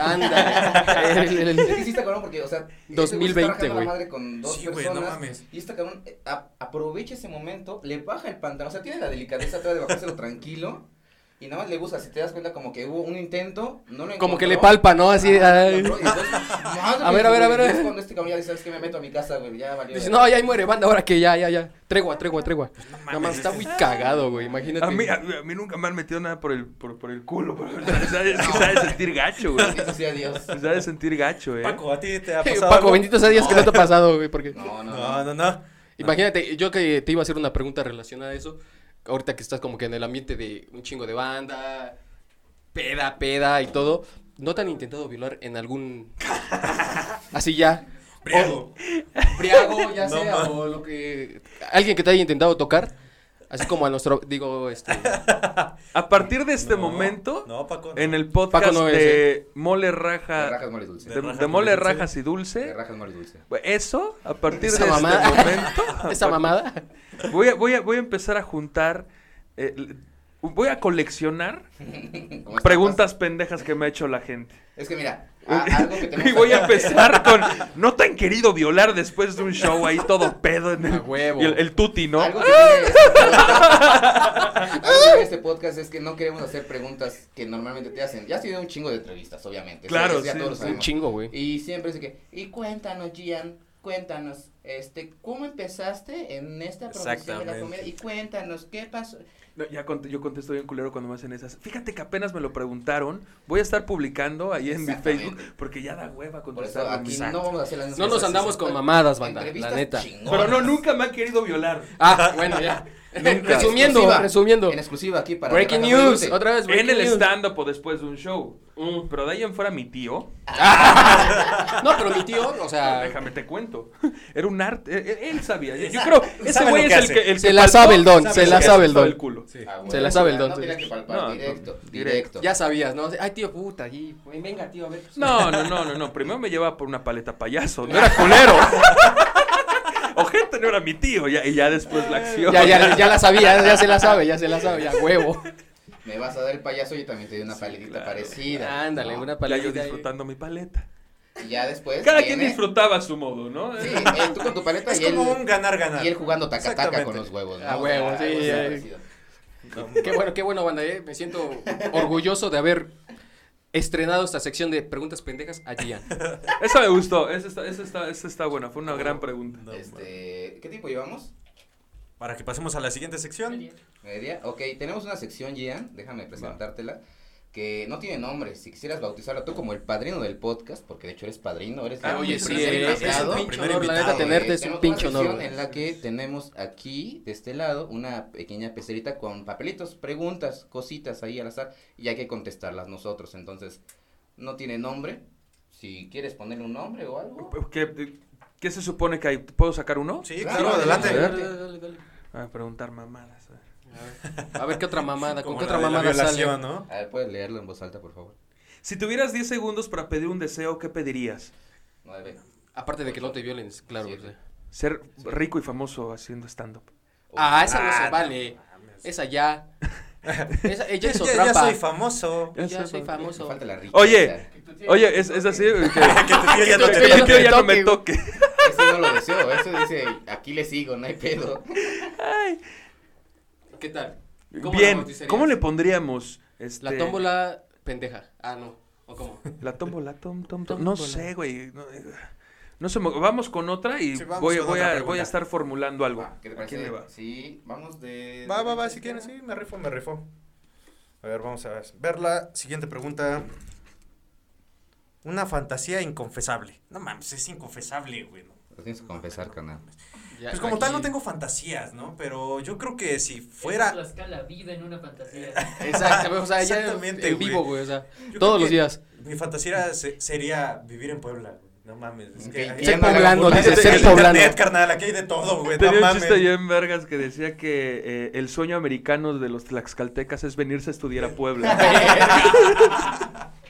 [SPEAKER 2] <laughs>
[SPEAKER 3] Ándale. <laughs> El- el-
[SPEAKER 2] Es
[SPEAKER 3] el-
[SPEAKER 2] que sí está cabrón porque, o sea, este güey. se
[SPEAKER 3] 2020,
[SPEAKER 2] está rajando
[SPEAKER 3] güey.
[SPEAKER 2] la madre con dos
[SPEAKER 4] Sí, güey,
[SPEAKER 2] personas.
[SPEAKER 4] no mames.
[SPEAKER 2] Y este cabrón eh, a- aprovecha ese momento, le baja el pantalón. O sea, tiene la delicadeza atrás de bajárselo tranquilo. Y nada más le gusta, si te das cuenta, como que hubo un intento, no lo
[SPEAKER 3] como que le
[SPEAKER 2] encontró.
[SPEAKER 3] palpa, ¿no? Así.
[SPEAKER 2] Ah,
[SPEAKER 3] ay.
[SPEAKER 2] encontró, y entonces, madre,
[SPEAKER 3] A ver, a ver, a
[SPEAKER 2] güey,
[SPEAKER 3] ver.
[SPEAKER 2] y Es cuando este cabrón ya dice, sabes que me meto a mi casa, güey, ya valió.
[SPEAKER 3] <laughs> Dice,
[SPEAKER 2] ya".
[SPEAKER 3] no, ya ahí muere, banda, ahora que ya, ya, ya. Tregua, tregua, tregua.
[SPEAKER 2] Pues
[SPEAKER 3] Nada más está
[SPEAKER 2] este
[SPEAKER 3] muy cagado, güey, imagínate.
[SPEAKER 6] A mí, a, a mí nunca me han metido nada por el, por, por el culo. Por, o sea, es que se ha de sentir gacho, güey.
[SPEAKER 2] Eso sí, adiós.
[SPEAKER 6] Se ha de sentir gacho, eh.
[SPEAKER 4] Paco, ¿a ti te ha
[SPEAKER 3] Eh, <laughs>
[SPEAKER 4] pasado
[SPEAKER 3] Paco,
[SPEAKER 4] algo?
[SPEAKER 3] bendito sea Dios que no te ha pasado, güey, porque...
[SPEAKER 2] No, no, no.
[SPEAKER 4] No, no, no.
[SPEAKER 3] Imagínate, yo que te iba a hacer una pregunta relacionada a eso, ahorita que estás como que en el ambiente de un chingo de banda, peda, peda y todo, ¿no te han intentado violar en algún... Así ya,
[SPEAKER 4] Briago.
[SPEAKER 3] briago, ya
[SPEAKER 4] No,
[SPEAKER 3] sea,
[SPEAKER 4] ma.
[SPEAKER 3] o lo que... Alguien que te haya intentado tocar, así como a nuestro... Digo, este...
[SPEAKER 6] A partir de este
[SPEAKER 4] No,
[SPEAKER 6] momento,
[SPEAKER 4] No, Paco. no.
[SPEAKER 6] en el podcast
[SPEAKER 3] Paco no es,
[SPEAKER 6] de Mole
[SPEAKER 2] De
[SPEAKER 6] Raja.
[SPEAKER 2] rajas mole dulce.
[SPEAKER 6] De,
[SPEAKER 4] De
[SPEAKER 6] de
[SPEAKER 4] rajas
[SPEAKER 6] mole
[SPEAKER 4] con dulce.
[SPEAKER 6] rajas y
[SPEAKER 2] De
[SPEAKER 6] dulce. pues,
[SPEAKER 2] rajas mole dulce.
[SPEAKER 6] Eso, a partir
[SPEAKER 3] Esa
[SPEAKER 6] de
[SPEAKER 3] mamada.
[SPEAKER 6] este momento.
[SPEAKER 3] Esa mamada. pues,
[SPEAKER 6] Voy a, voy a, voy a empezar a juntar. eh, l- voy a coleccionar
[SPEAKER 2] ¿Cómo está?
[SPEAKER 6] preguntas pendejas que me ha hecho la gente.
[SPEAKER 2] Es que mira, a- Ah,
[SPEAKER 6] <laughs>
[SPEAKER 2] algo que tenemos
[SPEAKER 6] Y voy a
[SPEAKER 2] acá-
[SPEAKER 6] empezar con. No te han querido violar después de un show ahí todo pedo en el.
[SPEAKER 3] A huevo.
[SPEAKER 6] y el, el tuti, ¿no?
[SPEAKER 2] Algo que tiene este podcast- algo que tiene este podcast es que no queremos hacer preguntas que normalmente te hacen. Ya ha sido un chingo de entrevistas, obviamente. Eso-
[SPEAKER 6] Claro,
[SPEAKER 2] eso ya
[SPEAKER 6] sí,
[SPEAKER 2] todos lo
[SPEAKER 6] sí.
[SPEAKER 3] Un
[SPEAKER 2] sabemos.
[SPEAKER 3] chingo, güey.
[SPEAKER 2] Y siempre es de que, y cuéntanos, Gian, cuéntanos, este, ¿cómo empezaste en esta profesión de la
[SPEAKER 4] Exactamente.
[SPEAKER 2] comedia? Y cuéntanos, ¿qué pasó?
[SPEAKER 6] No, ya cont- yo contesto bien culero cuando me hacen esas. Fíjate que apenas me lo preguntaron. Voy a estar publicando ahí en mi
[SPEAKER 2] Exactamente.
[SPEAKER 6] Facebook porque ya da hueva
[SPEAKER 2] Por eso
[SPEAKER 6] contestar.
[SPEAKER 2] aquí no vamos a hacer las
[SPEAKER 3] No nos andamos con mamadas, banda, la neta.
[SPEAKER 6] Pero no, nunca me han querido violar.
[SPEAKER 3] Ah, bueno, ya. resumiendo, resumiendo.
[SPEAKER 2] En exclusiva aquí para
[SPEAKER 3] Breaking
[SPEAKER 2] Rajas Mole
[SPEAKER 3] news,
[SPEAKER 2] Dulce.
[SPEAKER 3] otra vez.
[SPEAKER 6] En
[SPEAKER 3] breaking
[SPEAKER 6] el
[SPEAKER 3] news.
[SPEAKER 6] stand-up o después de un show. Pero de ahí en fuera mi tío.
[SPEAKER 3] No, pero mi tío, o sea,
[SPEAKER 6] Ah, Déjame te cuento. <laughs> Era un arte. Él, él- él sabía. Yo creo. Ese
[SPEAKER 4] Sabe
[SPEAKER 6] güey es
[SPEAKER 4] lo que
[SPEAKER 6] el
[SPEAKER 4] hace.
[SPEAKER 6] que. el
[SPEAKER 3] Se
[SPEAKER 6] que
[SPEAKER 3] la
[SPEAKER 6] palpó,
[SPEAKER 3] sabe el don, se
[SPEAKER 6] lo
[SPEAKER 3] la
[SPEAKER 6] que
[SPEAKER 3] sabe
[SPEAKER 6] hace
[SPEAKER 3] el
[SPEAKER 6] todo
[SPEAKER 3] don.
[SPEAKER 6] culo.
[SPEAKER 4] Sí.
[SPEAKER 2] Ah, bueno,
[SPEAKER 3] Se la sabe el
[SPEAKER 2] no
[SPEAKER 3] don,
[SPEAKER 2] tenía
[SPEAKER 3] sí.
[SPEAKER 2] que palpar,
[SPEAKER 6] No,
[SPEAKER 2] directo,
[SPEAKER 6] no,
[SPEAKER 2] directo.
[SPEAKER 3] ya sabías, ¿no? Ay, tío, puta, allí, güey, venga, tío, a ver.
[SPEAKER 6] No, no, no, no, no. Primero me llevaba por una paleta payaso. No era <laughs> culero. Ojete no era mi tío. Ya, y ya después la
[SPEAKER 3] <laughs>
[SPEAKER 6] acción.
[SPEAKER 3] Ya,
[SPEAKER 6] <laughs>
[SPEAKER 3] ya, ya la sabía, ya se la sabe, ya se la sabe, ya huevo.
[SPEAKER 2] Me vas a dar el payaso y también te doy una paletita
[SPEAKER 6] claro.
[SPEAKER 2] parecida.
[SPEAKER 3] Ándale,
[SPEAKER 2] ¿no?
[SPEAKER 3] una
[SPEAKER 6] Ya
[SPEAKER 3] palabra.
[SPEAKER 6] yo disfrutando mi paleta.
[SPEAKER 2] Y ya después.
[SPEAKER 6] Cada quien
[SPEAKER 2] viene-
[SPEAKER 6] disfrutaba a su modo, ¿no?
[SPEAKER 2] Sí, eh, tú con tu paleta
[SPEAKER 4] Es
[SPEAKER 2] y él.
[SPEAKER 4] como un ganar-ganar.
[SPEAKER 2] Y él jugando taca-taca con
[SPEAKER 4] Exactamente.
[SPEAKER 2] los huevos. ¿no?
[SPEAKER 3] Ah, huevo, sí,
[SPEAKER 2] algo así
[SPEAKER 3] eh.
[SPEAKER 2] parecido.
[SPEAKER 3] Qué bueno, qué bueno, banda, eh. Me siento orgulloso de haber estrenado esta sección de preguntas pendejas allí.
[SPEAKER 6] <laughs> Esa me gustó. Esa está, esa está, esa está buena. Fue una gran pregunta.
[SPEAKER 4] No,
[SPEAKER 2] Este, ¿Qué tiempo llevamos?
[SPEAKER 4] Para que pasemos a la siguiente sección.
[SPEAKER 2] Media. Ok, tenemos una sección, Gian, déjame presentártela, que no tiene nombre. Si quisieras bautizarla tú como el padrino del podcast, porque de hecho eres padrino, eres
[SPEAKER 6] Ah,
[SPEAKER 2] el
[SPEAKER 6] oye, sí,
[SPEAKER 2] primer
[SPEAKER 6] eh, es
[SPEAKER 2] invitado.
[SPEAKER 6] un
[SPEAKER 4] pinche
[SPEAKER 3] honor, la
[SPEAKER 4] invitado,
[SPEAKER 3] neta, tenerte
[SPEAKER 2] Eh,
[SPEAKER 3] es un
[SPEAKER 2] tenemos
[SPEAKER 3] pinche
[SPEAKER 2] una
[SPEAKER 3] honor.
[SPEAKER 2] sección
[SPEAKER 3] güey.
[SPEAKER 2] en la que tenemos aquí, de este lado, una pequeña pecerita con papelitos, preguntas, cositas ahí al azar, y hay que contestarlas nosotros. Entonces, no tiene nombre. Si quieres ponerle un nombre o algo.
[SPEAKER 6] ¿Qué, qué se supone que hay? ¿Puedo sacar uno?
[SPEAKER 4] Sí,
[SPEAKER 2] Claro,
[SPEAKER 4] claro,
[SPEAKER 2] adelante.
[SPEAKER 4] adelante.
[SPEAKER 3] A ver, dale, dale, dale.
[SPEAKER 6] A preguntar mamadas.
[SPEAKER 3] A ver qué otra mamada, con
[SPEAKER 4] Como
[SPEAKER 3] qué otra
[SPEAKER 4] la de la
[SPEAKER 3] mamada sale.
[SPEAKER 4] violación, ¿no?
[SPEAKER 2] A ver, puedes leerlo en voz alta, por favor.
[SPEAKER 6] Si tuvieras 10 segundos para pedir un deseo, ¿qué pedirías?
[SPEAKER 2] Nueve.
[SPEAKER 3] Aparte de que no te violen, claro.
[SPEAKER 2] Sí,
[SPEAKER 3] o sea.
[SPEAKER 2] sí.
[SPEAKER 6] Ser rico y famoso haciendo stand-up.
[SPEAKER 2] Oh,
[SPEAKER 3] Ah, esa no
[SPEAKER 4] Ah,
[SPEAKER 3] se
[SPEAKER 4] no
[SPEAKER 3] vale. Esa ya. Esa, ella hizo
[SPEAKER 4] <laughs> ya, ya
[SPEAKER 3] trampa.
[SPEAKER 4] soy famoso. <laughs>
[SPEAKER 3] Yo
[SPEAKER 6] Ya
[SPEAKER 3] ya
[SPEAKER 6] soy
[SPEAKER 3] soy famoso.
[SPEAKER 2] Falta la riqueza.
[SPEAKER 6] Oye, oye, es, es así.
[SPEAKER 3] <laughs>
[SPEAKER 6] Que,
[SPEAKER 4] que tu tío ya no
[SPEAKER 6] que
[SPEAKER 4] te
[SPEAKER 6] mi
[SPEAKER 3] ya no
[SPEAKER 6] tío
[SPEAKER 3] te
[SPEAKER 6] ya no
[SPEAKER 3] toque,
[SPEAKER 6] me toque.
[SPEAKER 2] Ese no lo deseo, ese dice, aquí le sigo, no hay pedo.
[SPEAKER 3] ¿Qué tal? ¿Cómo la
[SPEAKER 6] Bien,
[SPEAKER 3] bautizarías?
[SPEAKER 6] ¿cómo le pondríamos? Este,
[SPEAKER 3] La tómbola pendeja. Ah, no. ¿O cómo?
[SPEAKER 6] La tómbola, tom, tom, tom.
[SPEAKER 3] Tómbola.
[SPEAKER 6] No sé, güey. No, eh, no se me- Vamos con otra y
[SPEAKER 4] Sí, vamos
[SPEAKER 6] voy,
[SPEAKER 4] con
[SPEAKER 6] voy
[SPEAKER 4] otra
[SPEAKER 6] a,
[SPEAKER 4] pregunta.
[SPEAKER 6] voy a estar formulando algo.
[SPEAKER 2] Va, ¿Qué te
[SPEAKER 6] ¿A quién
[SPEAKER 2] parece?
[SPEAKER 6] le va?
[SPEAKER 2] Sí, vamos de...
[SPEAKER 4] Va,
[SPEAKER 2] de-
[SPEAKER 4] va, va, si quieres, sí, me rifo, me rifo. A ver, vamos a ver. Ver la siguiente pregunta. Una fantasía inconfesable. No mames, es inconfesable, güey. ¿no?
[SPEAKER 2] Lo tienes que confesar,
[SPEAKER 4] <laughs>
[SPEAKER 2] carnal.
[SPEAKER 3] Ya,
[SPEAKER 4] Pues como
[SPEAKER 3] aquí.
[SPEAKER 4] tal no tengo fantasías, ¿no? Pero yo creo que si fuera...
[SPEAKER 1] Tlaxcala vive en una fantasía.
[SPEAKER 3] Exacto, o sea, ya
[SPEAKER 4] Exactamente,
[SPEAKER 3] en
[SPEAKER 4] güey.
[SPEAKER 3] vivo, güey, o sea,
[SPEAKER 4] Yo creo
[SPEAKER 3] todos los
[SPEAKER 4] que
[SPEAKER 3] días.
[SPEAKER 4] Mi fantasía se- sería vivir en Puebla. güey. No mames. Es
[SPEAKER 2] Ok,
[SPEAKER 4] que hay-
[SPEAKER 2] ya
[SPEAKER 3] Ser
[SPEAKER 2] no le hago
[SPEAKER 3] poblano,
[SPEAKER 2] burla.
[SPEAKER 3] dice
[SPEAKER 4] Dice
[SPEAKER 3] ser
[SPEAKER 4] el
[SPEAKER 3] poblano.
[SPEAKER 4] <laughs> internet, carnal, aquí hay de todo, güey. No
[SPEAKER 6] Tenía un
[SPEAKER 4] mames.
[SPEAKER 6] chiste allá en Vergas que decía que eh, el sueño americano de los tlaxcaltecas es venirse a estudiar a
[SPEAKER 3] <laughs>
[SPEAKER 6] Puebla.
[SPEAKER 4] <laughs>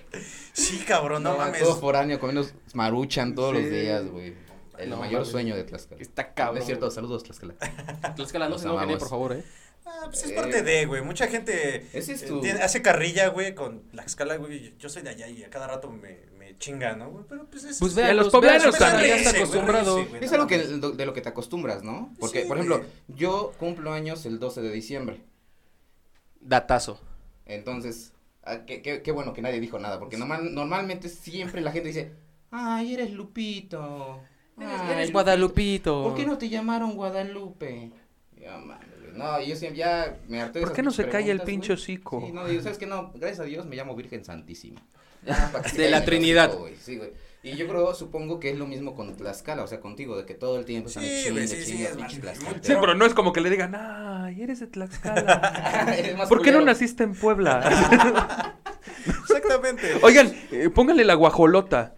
[SPEAKER 4] Sí, cabrón, no, mames.
[SPEAKER 2] Todo foráneo, Eh, comiendo maruchan todos los
[SPEAKER 3] Sí.
[SPEAKER 2] días, güey. El
[SPEAKER 3] No
[SPEAKER 2] mayor
[SPEAKER 3] mames.
[SPEAKER 2] sueño de Tlaxcala.
[SPEAKER 3] Está
[SPEAKER 2] No
[SPEAKER 3] cabrón.
[SPEAKER 2] es cierto, saludos Tlaxcala.
[SPEAKER 3] Tlaxcala, no
[SPEAKER 2] Los
[SPEAKER 3] se enojen, eh,
[SPEAKER 2] amamos.
[SPEAKER 3] por favor, ¿eh?
[SPEAKER 4] Ah, pues es
[SPEAKER 2] Eh,
[SPEAKER 4] parte de, güey. Mucha gente
[SPEAKER 2] ese es
[SPEAKER 4] eh,
[SPEAKER 2] tu-
[SPEAKER 4] tiene- hace carrilla, güey, con la escala, güey. Yo soy de allá y a cada rato me, me chinga, ¿no, güey? Pero pues es.
[SPEAKER 3] Pues
[SPEAKER 6] a
[SPEAKER 3] vean,
[SPEAKER 6] los
[SPEAKER 3] los poblanos
[SPEAKER 6] poblanos
[SPEAKER 3] también ya
[SPEAKER 6] también.
[SPEAKER 3] está
[SPEAKER 4] Ese, güey,
[SPEAKER 3] acostumbrado.
[SPEAKER 4] ese, güey.
[SPEAKER 2] Es algo que, de lo que te acostumbras, ¿no? Porque,
[SPEAKER 4] Sí,
[SPEAKER 2] por ejemplo,
[SPEAKER 4] güey.
[SPEAKER 2] yo cumplo años el 12 de diciembre.
[SPEAKER 3] Datazo.
[SPEAKER 2] Entonces, ah, qué, qué- qué bueno que nadie dijo nada, porque normal- normalmente siempre la gente dice, ay, eres Lupito. ay,
[SPEAKER 3] Eres
[SPEAKER 2] Lupito,
[SPEAKER 3] Guadalupito.
[SPEAKER 2] ¿Por qué no te llamaron Guadalupe? Ya, madre, güey. No, yo siempre ya me harté de
[SPEAKER 6] ¿Por
[SPEAKER 2] esas
[SPEAKER 6] qué no se calla el
[SPEAKER 2] preguntas,
[SPEAKER 6] pinche
[SPEAKER 2] güey.
[SPEAKER 6] hocico?
[SPEAKER 2] Sí, no, y sabes que no, gracias a Dios me llamo Virgen Santísima. Ah, para que se
[SPEAKER 3] De
[SPEAKER 2] calle
[SPEAKER 3] la
[SPEAKER 2] el hocico,
[SPEAKER 3] Trinidad.
[SPEAKER 2] güey, sí, güey. Y yo creo, supongo que es lo mismo con Tlaxcala, o sea, contigo, de que todo el tiempo están
[SPEAKER 4] Sí,
[SPEAKER 2] chingue,
[SPEAKER 4] güey, sí, sí,
[SPEAKER 2] chingue,
[SPEAKER 4] es
[SPEAKER 2] pinche
[SPEAKER 4] más-
[SPEAKER 2] Tlaxcala.
[SPEAKER 6] Sí, pero no es como que le digan, ay, eres de
[SPEAKER 3] <laughs>
[SPEAKER 6] Tlaxcala.
[SPEAKER 2] <laughs> Es más
[SPEAKER 6] ¿Por qué no
[SPEAKER 2] culero.
[SPEAKER 6] naciste en Puebla?
[SPEAKER 4] Exactamente.
[SPEAKER 6] Oigan, eh, pónganle la guajolota.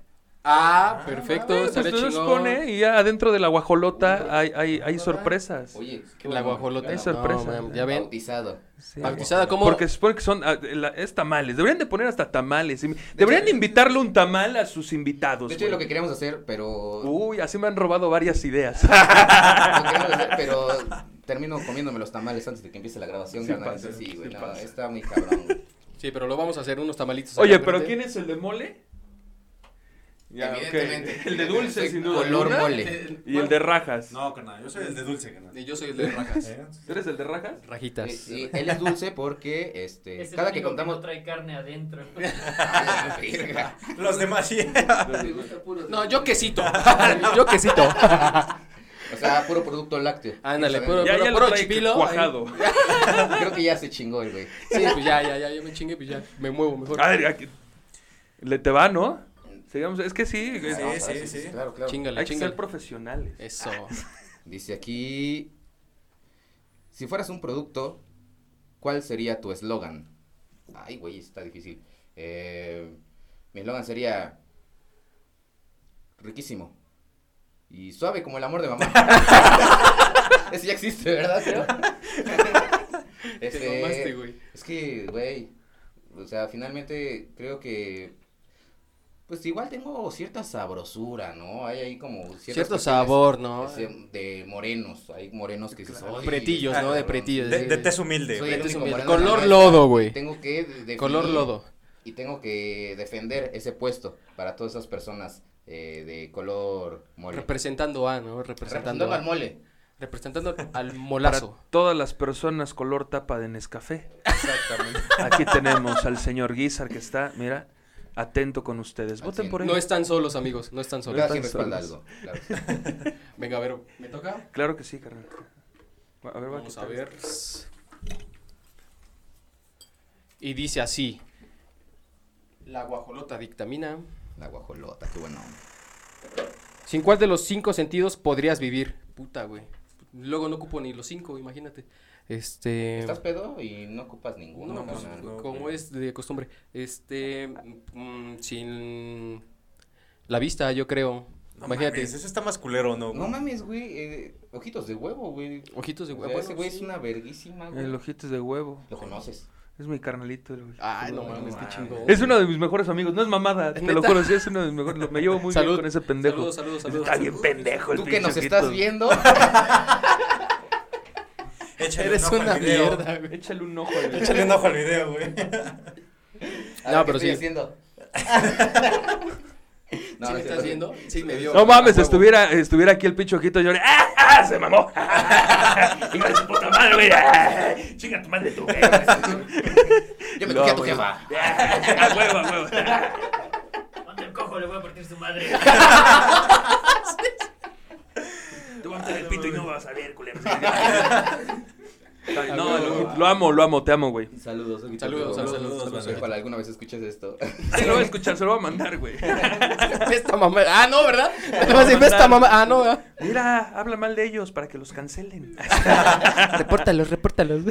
[SPEAKER 3] Ah,
[SPEAKER 6] Ah,
[SPEAKER 3] perfecto,
[SPEAKER 6] pues,
[SPEAKER 3] estaría
[SPEAKER 6] se los
[SPEAKER 3] chingón.
[SPEAKER 6] pone y ya adentro de la guajolota hay, hay, hay
[SPEAKER 2] Oye,
[SPEAKER 6] sorpresas.
[SPEAKER 2] Oye, qué
[SPEAKER 3] La
[SPEAKER 2] bueno,
[SPEAKER 3] guajolota.
[SPEAKER 6] Es sorpresa.
[SPEAKER 3] No, mam, ya ven.
[SPEAKER 2] Bautizado.
[SPEAKER 6] Sí.
[SPEAKER 3] Bautizada como.
[SPEAKER 6] Porque se supone que son. ah, la- es tamales. Deberían de poner hasta tamales. Y- Deberían invitarle un tamal a sus invitados.
[SPEAKER 2] De hecho, es lo
[SPEAKER 6] Pues, güey.
[SPEAKER 2] que queríamos hacer, pero.
[SPEAKER 6] Uy, así me han robado varias
[SPEAKER 2] <laughs>
[SPEAKER 6] ideas.
[SPEAKER 2] lo queríamos hacer, pero termino comiéndome los tamales antes de que empiece la grabación.
[SPEAKER 6] Sí
[SPEAKER 2] carnal.
[SPEAKER 6] pasa,
[SPEAKER 2] sí, güey.
[SPEAKER 6] sí
[SPEAKER 2] no,
[SPEAKER 6] pasa.
[SPEAKER 2] está muy cabrón. güey.
[SPEAKER 3] Sí, pero lo vamos a hacer unos tamalitos.
[SPEAKER 6] Oye,
[SPEAKER 3] acá
[SPEAKER 6] pero
[SPEAKER 3] frente.
[SPEAKER 6] ¿quién es el de mole? ok.
[SPEAKER 2] Evidentemente.
[SPEAKER 6] El de dulce,
[SPEAKER 2] Soy
[SPEAKER 6] sin duda.
[SPEAKER 2] Color
[SPEAKER 6] alguna.
[SPEAKER 2] mole.
[SPEAKER 6] Y el de rajas.
[SPEAKER 4] No, carnal, yo soy el de
[SPEAKER 3] <laughs>
[SPEAKER 4] dulce, carnal.
[SPEAKER 3] eh, Y Yo soy el de rajas.
[SPEAKER 4] ¿Eh?
[SPEAKER 6] ¿Tú eres el de rajas?
[SPEAKER 3] <laughs> Rajitas.
[SPEAKER 2] Y- y él es dulce porque
[SPEAKER 1] <laughs>
[SPEAKER 2] este
[SPEAKER 1] Es el
[SPEAKER 2] cada
[SPEAKER 1] único
[SPEAKER 2] que contamos
[SPEAKER 1] no trae carne adentro.
[SPEAKER 2] <laughs> Ah, la verga.
[SPEAKER 4] Los demás sí.
[SPEAKER 3] No, yo
[SPEAKER 2] <laughs>
[SPEAKER 3] quesito. <laughs> yo quesito. <laughs>
[SPEAKER 2] o sea puro producto lácteo
[SPEAKER 3] Ándale,
[SPEAKER 2] Esa
[SPEAKER 3] puro,
[SPEAKER 2] verga.
[SPEAKER 6] Ya,
[SPEAKER 3] puro,
[SPEAKER 6] ya lo
[SPEAKER 3] puro
[SPEAKER 6] trae
[SPEAKER 3] chipilo.
[SPEAKER 6] cuajado.
[SPEAKER 2] creo que ya se chingó el güey
[SPEAKER 3] Sí, pues ya, ya, ya, yo me chingue, pues ya. Me muevo mejor.
[SPEAKER 6] A ver, aquí- Le te va, ¿no? Sigamos- Es que sí.
[SPEAKER 4] Sí,
[SPEAKER 6] hay
[SPEAKER 2] Ah,
[SPEAKER 4] sí, sí.
[SPEAKER 2] claro claro
[SPEAKER 3] Chingale,
[SPEAKER 6] que ser
[SPEAKER 3] chingale.
[SPEAKER 6] profesionales.
[SPEAKER 3] Eso.
[SPEAKER 2] Ah, dice aquí si fueras un producto cuál sería tu eslogan ay güey está difícil Eh, mi eslogan sería riquísimo y suave como el amor de mamá <laughs> ese ya existe verdad
[SPEAKER 3] <laughs>
[SPEAKER 2] creo?
[SPEAKER 3] Te
[SPEAKER 2] Este,
[SPEAKER 3] mamaste, güey.
[SPEAKER 2] Es que, güey, o sea, finalmente creo que, pues igual tengo cierta sabrosura, ¿no? Hay ahí como ciertas
[SPEAKER 3] Cierto
[SPEAKER 2] cuestiones,
[SPEAKER 3] sabor, ¿no? eh.
[SPEAKER 2] este, De morenos, hay morenos que dices, "Ay,
[SPEAKER 3] Pretillos,
[SPEAKER 2] ah,
[SPEAKER 3] ¿no? De
[SPEAKER 2] cabrón".
[SPEAKER 3] pretillos.
[SPEAKER 4] De, de tez
[SPEAKER 2] Soy
[SPEAKER 4] humilde.
[SPEAKER 2] el
[SPEAKER 3] Este es
[SPEAKER 2] único
[SPEAKER 3] un-
[SPEAKER 2] moreno en la
[SPEAKER 3] Color
[SPEAKER 2] mesa.
[SPEAKER 3] lodo, güey.
[SPEAKER 2] Tengo este que de- definir
[SPEAKER 3] Color lodo.
[SPEAKER 2] y tengo que defender ese puesto para todas esas personas eh, de color mole.
[SPEAKER 3] Representando a, ¿no?
[SPEAKER 2] Representando
[SPEAKER 3] Representando
[SPEAKER 2] al
[SPEAKER 3] a.
[SPEAKER 2] mole.
[SPEAKER 3] Representando al
[SPEAKER 6] Para
[SPEAKER 3] molazo.
[SPEAKER 6] todas las personas color tapa de Nescafé.
[SPEAKER 4] Exactamente.
[SPEAKER 6] <laughs> Aquí tenemos al señor Guizar que está, mira, atento con ustedes.
[SPEAKER 2] Al
[SPEAKER 6] Voten
[SPEAKER 2] cien.
[SPEAKER 6] por él.
[SPEAKER 3] No están solos, amigos. No están solos.
[SPEAKER 2] Cada quien respalda
[SPEAKER 6] solos.
[SPEAKER 2] algo. claro.
[SPEAKER 3] Venga, a ver. ¿Me toca?
[SPEAKER 6] Claro que sí, carnal. A ver, va
[SPEAKER 3] Vamos a
[SPEAKER 6] quitar
[SPEAKER 3] ver. Y dice así. La guajolota dictamina.
[SPEAKER 2] La guajolota, qué bueno.
[SPEAKER 3] ¿Sin cuál de los cinco sentidos podrías vivir? Puta, güey. Luego no ocupo ni los cinco, imagínate. Este.
[SPEAKER 2] ¿Estás pedo y no ocupas ninguno?
[SPEAKER 3] No, pues,
[SPEAKER 2] carnal.
[SPEAKER 4] no,
[SPEAKER 3] como
[SPEAKER 4] güey.
[SPEAKER 3] es de costumbre. Este. mm, sin. La vista, yo creo.
[SPEAKER 4] No
[SPEAKER 3] imagínate.
[SPEAKER 4] mames, ese está más culero, ¿no?
[SPEAKER 2] No mames, güey. eh, ojitos de huevo, güey.
[SPEAKER 3] Ojitos de
[SPEAKER 2] O sea,
[SPEAKER 3] huevo.
[SPEAKER 2] ese güey es una verguísima, güey.
[SPEAKER 6] este. El ojito es de huevo.
[SPEAKER 2] Lo conoces.
[SPEAKER 6] Es mi carnalito. el güey.
[SPEAKER 3] Ay, no
[SPEAKER 2] No
[SPEAKER 3] mames, qué
[SPEAKER 4] mames.
[SPEAKER 3] chingón.
[SPEAKER 6] Es uno de mis mejores amigos. No es mamada. Te lo
[SPEAKER 3] ¿Neta?
[SPEAKER 6] juro, sí, es uno de mis mejores. lo- Me llevo muy
[SPEAKER 3] Salud.
[SPEAKER 6] bien con ese pendejo.
[SPEAKER 3] Saludos, saludos, saludos.
[SPEAKER 6] Está bien pendejo el
[SPEAKER 2] Tú que nos
[SPEAKER 6] pinche
[SPEAKER 2] estás
[SPEAKER 3] <laughs>
[SPEAKER 6] ojito.
[SPEAKER 2] viendo.
[SPEAKER 4] Échale
[SPEAKER 3] Eres
[SPEAKER 4] un ojo
[SPEAKER 3] una
[SPEAKER 4] al video.
[SPEAKER 3] mierda, güey.
[SPEAKER 6] Échale un ojo
[SPEAKER 4] <laughs>
[SPEAKER 6] al
[SPEAKER 4] Échale un ojo al video, güey. <laughs>
[SPEAKER 2] A ver, ¿qué
[SPEAKER 3] pero
[SPEAKER 2] estoy
[SPEAKER 3] sí.
[SPEAKER 2] haciendo? no, no
[SPEAKER 3] ¿Sí me
[SPEAKER 2] es
[SPEAKER 3] estás
[SPEAKER 2] cierto.
[SPEAKER 3] viendo? Sí, me vio.
[SPEAKER 6] No mames,
[SPEAKER 3] Huevo.
[SPEAKER 6] estuviera, estuviera aquí el pinche ojito yo le- ¡Ah! ah, ¡Se mamó! <laughs> ¡Hijo de su puta madre, güey! <laughs> ¡Ah! ¡Chinga tu madre tú, güey! <laughs>
[SPEAKER 2] Yo me
[SPEAKER 6] No,
[SPEAKER 2] cogí a tu
[SPEAKER 6] güey.
[SPEAKER 2] jefa.
[SPEAKER 6] ¡A huevo, a huevo!
[SPEAKER 1] Cuando el cojo le voy a partir su madre.
[SPEAKER 6] Te voy a meter el pito y no vas a ver, culero. <laughs> No, el ojito- lo amo, lo amo, te amo, güey.
[SPEAKER 2] Saludos, ojitos de
[SPEAKER 3] Saludos,
[SPEAKER 2] huevo.
[SPEAKER 3] saludos,
[SPEAKER 4] Saludos,
[SPEAKER 3] saludos, saludos.
[SPEAKER 4] saludos.
[SPEAKER 2] Ojalá alguna vez escuches esto.
[SPEAKER 6] Sí, lo voy a escuchar, se lo voy a mandar, güey.
[SPEAKER 3] <laughs> Esta mamá. Ah, no, ¿verdad? Te vas a decir, esta mamá. Ah, no,
[SPEAKER 6] <laughs>
[SPEAKER 3] ¿verdad?
[SPEAKER 6] <laughs> Mira, habla mal de ellos para que los cancelen.
[SPEAKER 3] <laughs> Repórtalos, repórtalos.